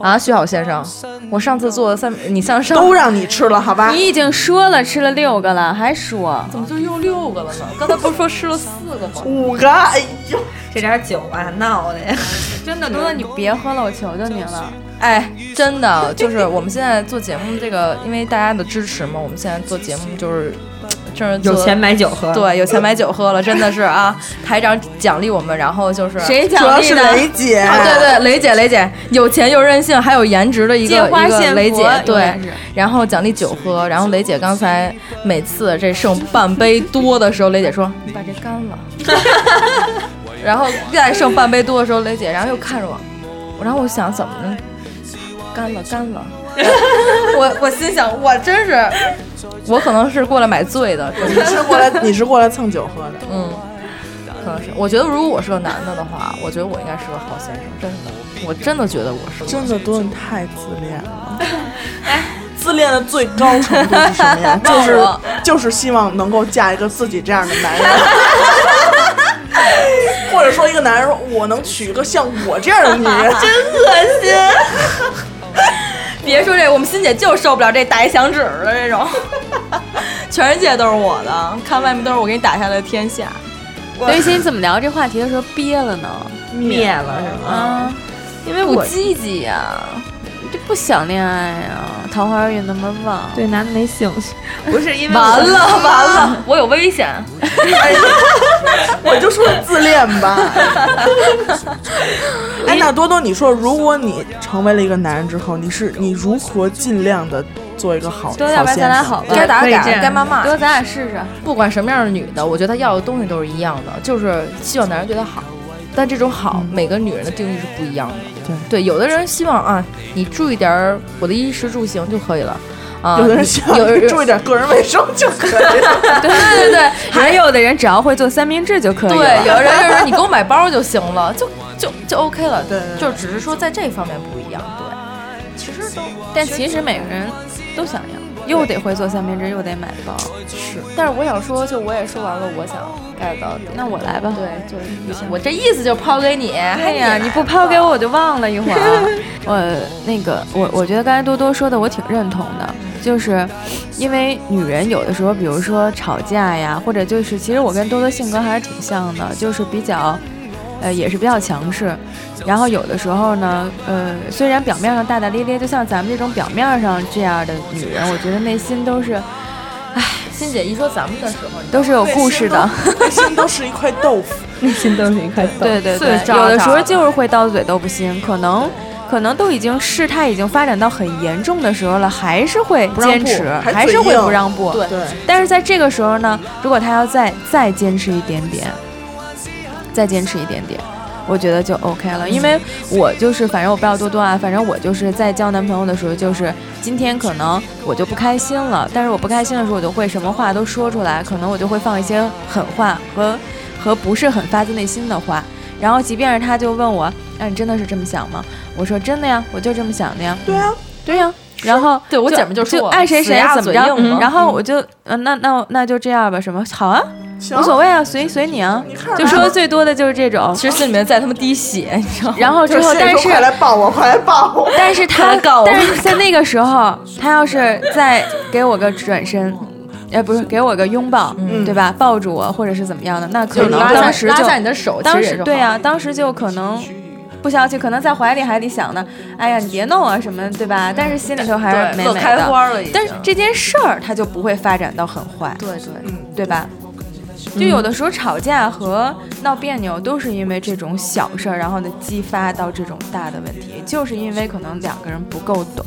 Speaker 6: 啊，许好先生，我上次做的三，你像上
Speaker 4: 都让你吃了，好吧？
Speaker 7: 你已经说了吃了六个了，还说
Speaker 6: 怎么就又六个了呢？刚才不是说吃了四个吗？
Speaker 4: 五个，哎呦，
Speaker 2: 这点酒啊，闹的 呀！
Speaker 7: 真的，多多你别喝了，我求求你了。
Speaker 6: 哎，真的就是我们现在做节目这个，因为大家的支持嘛，我们现在做节目就是，就是做
Speaker 2: 有钱。买酒 喝，，
Speaker 6: 对，有钱买酒喝了，真的是啊！台长奖励我们，然后就是
Speaker 7: 谁
Speaker 4: 主要
Speaker 7: 奖励
Speaker 4: 是
Speaker 7: 的？
Speaker 4: 雷姐，
Speaker 6: 啊，对对，雷姐，雷姐有钱又任性，还有颜值的一
Speaker 7: 借
Speaker 6: 个
Speaker 7: 花
Speaker 6: 一
Speaker 7: 献
Speaker 6: 个
Speaker 7: 佛
Speaker 6: 雷姐，
Speaker 7: 永
Speaker 6: 对
Speaker 7: 远是，
Speaker 6: 然后奖励酒喝，然后雷姐刚才每次这剩半杯多的时候，雷姐说你把这干了， 然后再剩半杯多的时候，雷姐然后又看着我，然后我想怎么呢？干了干了， 我我心想我真是，我可能是过来买醉的，真的
Speaker 4: 你是过来，你是过来蹭酒喝的。
Speaker 6: 嗯，可能是。我觉得如果我是个男的的话，我觉得我应该是个好先生，真的，我真的觉得我是个。
Speaker 4: 真的多人太自恋 了。哎自恋的最高程度是什么呀？就是
Speaker 6: 忘了
Speaker 4: 就是希望能够嫁一个自己这样的男 人，或者说一个男人说我能娶一个像我这样的女 人，
Speaker 6: 别说这，我们欣姐就受不了这打一响指的这种，全世界都是我的，看外面都是我给你打下来的天下。
Speaker 7: 刘雨欣，你怎么聊这话题的时候憋了呢？
Speaker 2: 灭了是吗？
Speaker 7: 啊，因为
Speaker 6: 不
Speaker 7: 我啊
Speaker 6: 积极呀、
Speaker 7: 就不想恋爱呀、桃花运那么旺。
Speaker 5: 对男的没兴趣，
Speaker 2: 不是因为
Speaker 6: 完
Speaker 2: 我，
Speaker 6: 了完了，我有危险。
Speaker 4: 我就说自恋吧。 哎，那多多，你说如果你成为了一个男人之后，你是你如何尽量的做一个好
Speaker 7: 多
Speaker 4: 好
Speaker 7: 要不然咱
Speaker 4: 先
Speaker 7: 俩
Speaker 4: 生？
Speaker 7: 好吧？
Speaker 6: 该打
Speaker 2: 可以
Speaker 6: 打，
Speaker 2: 这样
Speaker 6: 该骂骂
Speaker 7: 多。咱俩试 试。
Speaker 6: 不管什么样的女的，我觉得她要的东西都是一样的，就是希望男人对她好。但这种好，每个女人的定义是不一样的。
Speaker 4: 嗯对
Speaker 6: 有的人希望啊，你注意点儿我的衣食住行就可以了。啊，
Speaker 4: 有的人
Speaker 6: 你
Speaker 4: 希望
Speaker 6: 有
Speaker 4: 注意点个人卫生就可以了。
Speaker 7: 对对对，还有的人只要会做三明治就可以
Speaker 6: 对，
Speaker 7: 了。
Speaker 6: 有的人就是你给我买包就行了，就就就 OK 了。
Speaker 4: 对对对
Speaker 6: 就只是说在这方面不一样。对，
Speaker 7: 但其实每个人都想要，又得会做三明治，又得买包。
Speaker 6: 但是我想说，就我也说完了，我想 get 到点。
Speaker 7: 那我来吧。
Speaker 6: 对，就是你想我这意思就是抛给你。
Speaker 7: 对哎呀、你不抛给我，我就忘了一会儿。 我那个，我我觉得刚才多多说的，我挺认同的，就是因为女人有的时候，比如说吵架呀，或者就是，其实我跟多多性格还是挺像的，就是比较，呃，也是比较强势。然后有的时候呢，呃，虽然表面上大大咧咧，就像咱们这种表面上这样的女人，我觉得内心都是
Speaker 6: 欣姐一说咱们的时候，
Speaker 7: 都是有故事的。
Speaker 4: 内心都是一块豆腐。
Speaker 2: 内心都是一块豆。
Speaker 7: 对对对，
Speaker 6: 碎渣
Speaker 7: 有的
Speaker 6: 渣
Speaker 7: 时候
Speaker 6: 的
Speaker 7: 就是会刀子嘴豆腐心，可能可能都已经事态已经发展到很严重的时候了，还是会
Speaker 4: 不让步
Speaker 7: 坚持，
Speaker 4: 还
Speaker 7: 还是
Speaker 4: 嘴
Speaker 7: 会
Speaker 4: 硬
Speaker 7: 不让步。
Speaker 6: 对
Speaker 4: 对，
Speaker 7: 但是在这个时候呢，如果他要再再坚持一点点，再坚持一点点，我觉得就 OK 了。因为我就是，反正我不要多多啊，反正我就是在交男朋友的时候，就是今天可能我就不开心了，但是我不开心的时候，我就会什么话都说出来，可能我就会放一些狠话和和不是很发自内心的话。然后，即便是他就问我，那、你真的是这么想吗？我说真的呀，我就这么想的呀。
Speaker 4: 对啊，
Speaker 7: 对呀、然后
Speaker 6: 对我姐们就
Speaker 7: 就
Speaker 6: 说我
Speaker 7: 爱谁
Speaker 6: 死
Speaker 7: 谁
Speaker 6: 鸭
Speaker 7: 怎么
Speaker 6: 嘴
Speaker 7: 着，
Speaker 6: 硬嘛
Speaker 7: 嗯然后我就呃那那那就这样吧，什么好啊，
Speaker 4: 行，
Speaker 7: 无所谓啊，随随你啊，
Speaker 4: 你看着
Speaker 7: 就
Speaker 4: 来
Speaker 7: 说
Speaker 4: 吧
Speaker 7: 的最多的就是这种。
Speaker 6: 其实心里面在他妈滴血，你知道吗？
Speaker 7: 然后之
Speaker 4: 就是
Speaker 7: 后，
Speaker 4: 心里
Speaker 7: 但
Speaker 4: 说
Speaker 7: 是
Speaker 4: 快来抱我，快来抱我。
Speaker 7: 但是
Speaker 6: 快
Speaker 7: 他
Speaker 6: 来告我
Speaker 7: 但是在那个时候，他要是再给我个转身。哎，不是给我个拥抱，
Speaker 4: 嗯
Speaker 7: 对吧？抱住我，或者是怎么样的？那可能
Speaker 6: 拉
Speaker 7: 当
Speaker 6: 下
Speaker 7: 时
Speaker 6: 拉
Speaker 7: 就
Speaker 6: 下你的手，
Speaker 7: 当
Speaker 6: 其实
Speaker 7: 时
Speaker 6: 也是
Speaker 7: 对
Speaker 6: 好
Speaker 7: 呀、当时就可能不消气，可能在怀里还得想呢，哎呀，你别弄啊什么，对吧？但是心里头还
Speaker 6: 对
Speaker 7: 是美
Speaker 6: 乐
Speaker 7: 美
Speaker 6: 开
Speaker 7: 的。
Speaker 6: 花了已经，
Speaker 7: 但是这件事儿它就不会发展到很坏，
Speaker 6: 对对。
Speaker 7: 对吧？就有的时候吵架和闹别扭都是因为这种小事儿，然后呢激发到这种大的问题，就是因为可能两个人不够懂。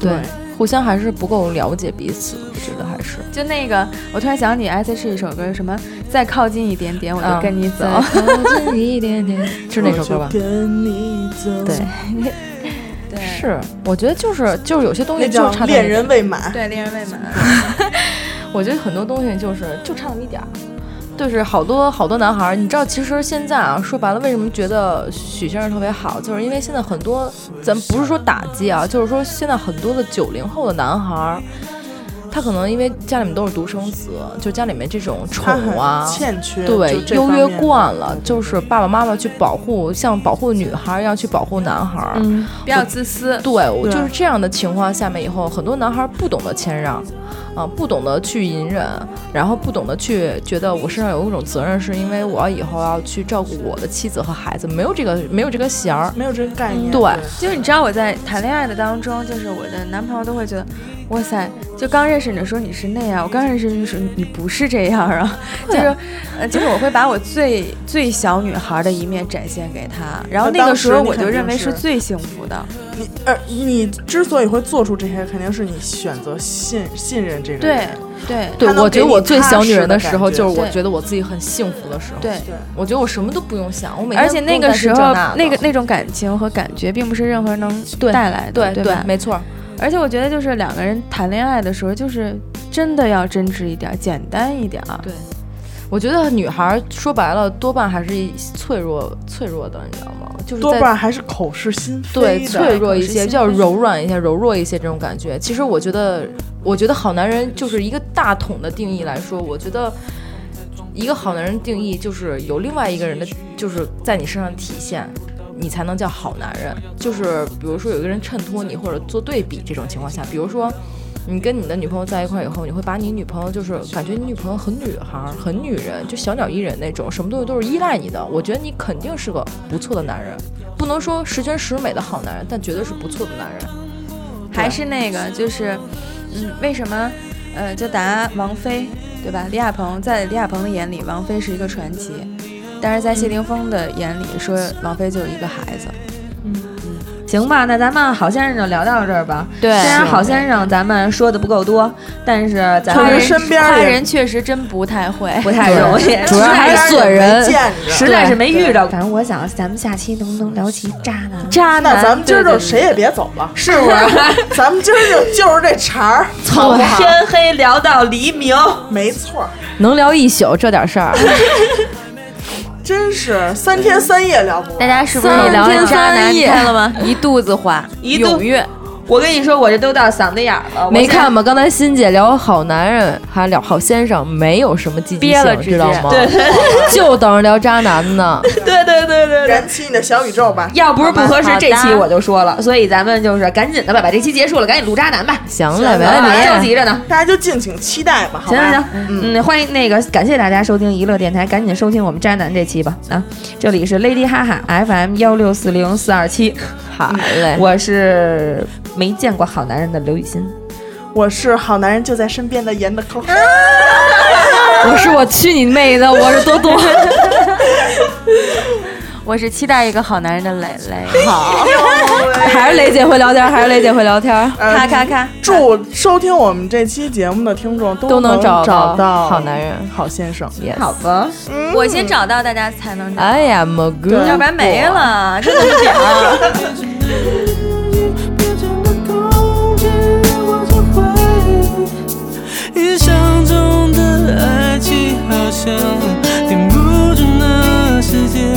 Speaker 6: 对，互相还是不够了解彼此，我觉得还是。
Speaker 7: 就那个，我突然想起 S H 一首歌，什么再靠近一点点我就
Speaker 6: 嗯
Speaker 7: 跟你走，
Speaker 6: 一点点，是 那首歌吧
Speaker 4: 我？就跟你走，
Speaker 6: 对
Speaker 7: 对
Speaker 6: 是，我觉得就是就是有些东
Speaker 4: 那
Speaker 6: 西就
Speaker 4: 叫
Speaker 6: 差那么
Speaker 4: 恋，人未满。
Speaker 7: 对，恋人未 满。
Speaker 6: 我觉得很多东西就是就差那么一点儿。就是好多好多男孩儿，你知道，其实现在啊，说白了，为什么觉得许先生特别好，就是因为现在很多，咱不是说打击啊，就是说现在很多的九零后的男孩儿，他可能因为家里面都是独生子，就家里面这种宠
Speaker 4: 他很
Speaker 6: 啊，
Speaker 4: 欠缺就
Speaker 6: 对
Speaker 4: 这
Speaker 6: 优
Speaker 4: 方
Speaker 6: 越
Speaker 4: 面的
Speaker 6: 惯了，就是爸爸妈妈去保护，像保护女孩儿一样去保护男孩儿。
Speaker 7: 嗯，比较自私。
Speaker 6: 对，我
Speaker 4: 对
Speaker 6: 就是这样的情况下面，以后很多男孩儿不懂得谦让，啊，不懂得去隐忍，然后不懂得去觉得我身上有一种责任，是因为我要以后要去照顾我的妻子和孩子，没有这个没有这个弦儿。
Speaker 4: 没有这个概念。
Speaker 6: 对
Speaker 7: 就是你知道我在谈恋爱的当中，就是我的男朋友都会觉得，哇塞，就刚认识你的时候你是那样，我刚认识你的时候你不是这样啊，就是，呃，就是我会把我最最小女孩的一面展现给他，然后
Speaker 4: 那
Speaker 7: 那个
Speaker 4: 当时
Speaker 7: 时候
Speaker 4: 你
Speaker 7: 我
Speaker 4: 肯
Speaker 7: 就
Speaker 4: 定
Speaker 7: 认为
Speaker 4: 是
Speaker 7: 是最幸福的，
Speaker 4: 你呃，你之所以会做出这些，肯定是你选择信信任这个
Speaker 7: 对
Speaker 4: 人。
Speaker 7: 对
Speaker 6: 对
Speaker 4: 他，能
Speaker 6: 我觉
Speaker 4: 给
Speaker 6: 得
Speaker 4: 你
Speaker 6: 我最
Speaker 4: 踏
Speaker 6: 小女
Speaker 4: 实
Speaker 6: 人
Speaker 4: 的
Speaker 6: 的时
Speaker 4: 感
Speaker 6: 候，
Speaker 4: 觉
Speaker 6: 就是我
Speaker 7: 对
Speaker 6: 觉得我自己很幸福的时候。
Speaker 7: 对，。
Speaker 6: 我觉得我什么都不用想，我每天
Speaker 7: 而且
Speaker 6: 不
Speaker 7: 那
Speaker 6: 用
Speaker 7: 个
Speaker 6: 担心
Speaker 7: 时
Speaker 6: 这
Speaker 7: 候
Speaker 6: 那，的
Speaker 7: 那个那种感情和感觉，并不是任何人能
Speaker 6: 对
Speaker 7: 带来的，
Speaker 6: 对
Speaker 7: 对吧？
Speaker 6: 没错儿，
Speaker 7: 而且我觉得，就是两个人谈恋爱的时候，就是真的要真挚一点儿，简单一点儿。啊
Speaker 6: 对我觉得女孩儿说白了，多半还是一脆弱、脆弱的，你知道吗？就是
Speaker 4: 多
Speaker 6: 在
Speaker 4: 半还是口是心非
Speaker 6: 对
Speaker 4: 的
Speaker 6: 脆弱一
Speaker 7: 口是
Speaker 6: 些，
Speaker 7: 心
Speaker 6: 比较
Speaker 7: 非
Speaker 6: 柔软一些、柔弱一些这种感觉。其实我觉得，我觉得好男人就是一个大统的定义来说，我觉得一个好男人定义就是有另外一个人的，就是在你身上体现。你才能叫好男人，就是比如说有一个人衬托你或者做对比这种情况下，比如说你跟你的女朋友在一块儿以后，你会把你女朋友就是感觉你女朋友很女孩儿、很女人，就小鸟依人那种，什么东西都是依赖你的。我觉得你肯定是个不错的男人，不能说十全十美的好男人，但绝对是不错的男人。
Speaker 7: 还是那个，就是，嗯，为什么，呃，就答王菲，对吧？李亚鹏在李亚鹏的眼里，王菲是一个传奇，但是在谢霆锋的眼里，说王菲就是一个孩子。
Speaker 5: 行吧，那咱们好先生就聊到这儿吧。
Speaker 7: 对
Speaker 5: 虽然好先生咱们说的不够多，但是咱
Speaker 4: 从
Speaker 5: 们
Speaker 4: 人身边
Speaker 7: 夸
Speaker 4: 儿也
Speaker 7: 人确实真不太会，
Speaker 5: 不太容易，
Speaker 6: 主要还是损人
Speaker 4: 没见着
Speaker 5: 实在是没遇到。反正我想，咱们下期能不能聊起渣男？
Speaker 7: 渣
Speaker 4: 那
Speaker 7: 男。
Speaker 4: 咱们今儿
Speaker 7: 对
Speaker 4: 就
Speaker 7: 对
Speaker 4: 谁也别走了，
Speaker 5: 是不是？
Speaker 4: 咱们今儿就就是这茬儿， 好
Speaker 5: 从
Speaker 4: 不好？
Speaker 5: 天黑聊到黎明。
Speaker 4: 没错儿，
Speaker 6: 能聊一宿这点事儿，啊
Speaker 4: 真是三天三夜聊不
Speaker 9: 大
Speaker 4: 完。
Speaker 7: 哎
Speaker 9: 家哎是不是也聊
Speaker 7: 三
Speaker 9: 了
Speaker 7: 天
Speaker 9: 渣
Speaker 7: 三
Speaker 9: 男？你
Speaker 7: 夜
Speaker 9: 看了吗？一肚子话，
Speaker 5: 一肚
Speaker 9: 踊跃。
Speaker 5: 我跟你说，我这都到嗓子眼儿了。我
Speaker 6: 没
Speaker 5: 现在
Speaker 6: 看吗？刚才欣姐聊好男人，还聊好先生，没有什么积极
Speaker 7: 憋了
Speaker 6: 性，
Speaker 7: 直
Speaker 6: 知道
Speaker 7: 接
Speaker 6: 吗？ 就等着聊渣男呢。
Speaker 5: 对对对对对。
Speaker 4: 燃起你的小宇宙吧，
Speaker 5: 要不是不合适
Speaker 9: 好，的
Speaker 5: 这期我就说了，所以咱们就是赶紧的吧，把这期结束了，赶紧录渣男吧，
Speaker 6: 行了，没
Speaker 5: 正
Speaker 6: 问题。
Speaker 5: 急着呢。
Speaker 4: 大家就敬请期待吧，好
Speaker 5: 行
Speaker 4: 吧？
Speaker 5: 行行，嗯，欢迎那个感谢大家收听娱乐电台，赶紧收听我们渣男这期吧啊！这里是 Lady 哈哈 FM 幺六四零四二七，
Speaker 6: 好嘞，
Speaker 5: 我是没见过好男人的刘雨欣，
Speaker 4: 我是好男人就在身边的严的抠。
Speaker 6: 我是我去你妹的，我是多多。
Speaker 7: 我是期待一个好男人的磊磊。好，
Speaker 5: 还是雷姐会聊天，还是雷姐会聊天。
Speaker 4: 呃
Speaker 7: 咔咔咔，
Speaker 4: 祝收听我们这期节目的听众都
Speaker 6: 都能
Speaker 4: 能
Speaker 6: 找
Speaker 4: 找
Speaker 6: 到
Speaker 4: 到
Speaker 6: 好男人、
Speaker 4: 好先生。
Speaker 6: yes
Speaker 5: 好吧，
Speaker 7: 我先找到大家才能找到，
Speaker 6: ，I am a good，
Speaker 7: 要不然没了，真的是这样。
Speaker 3: 变成了工具，我就会印象中的爱情好像顶不住那世界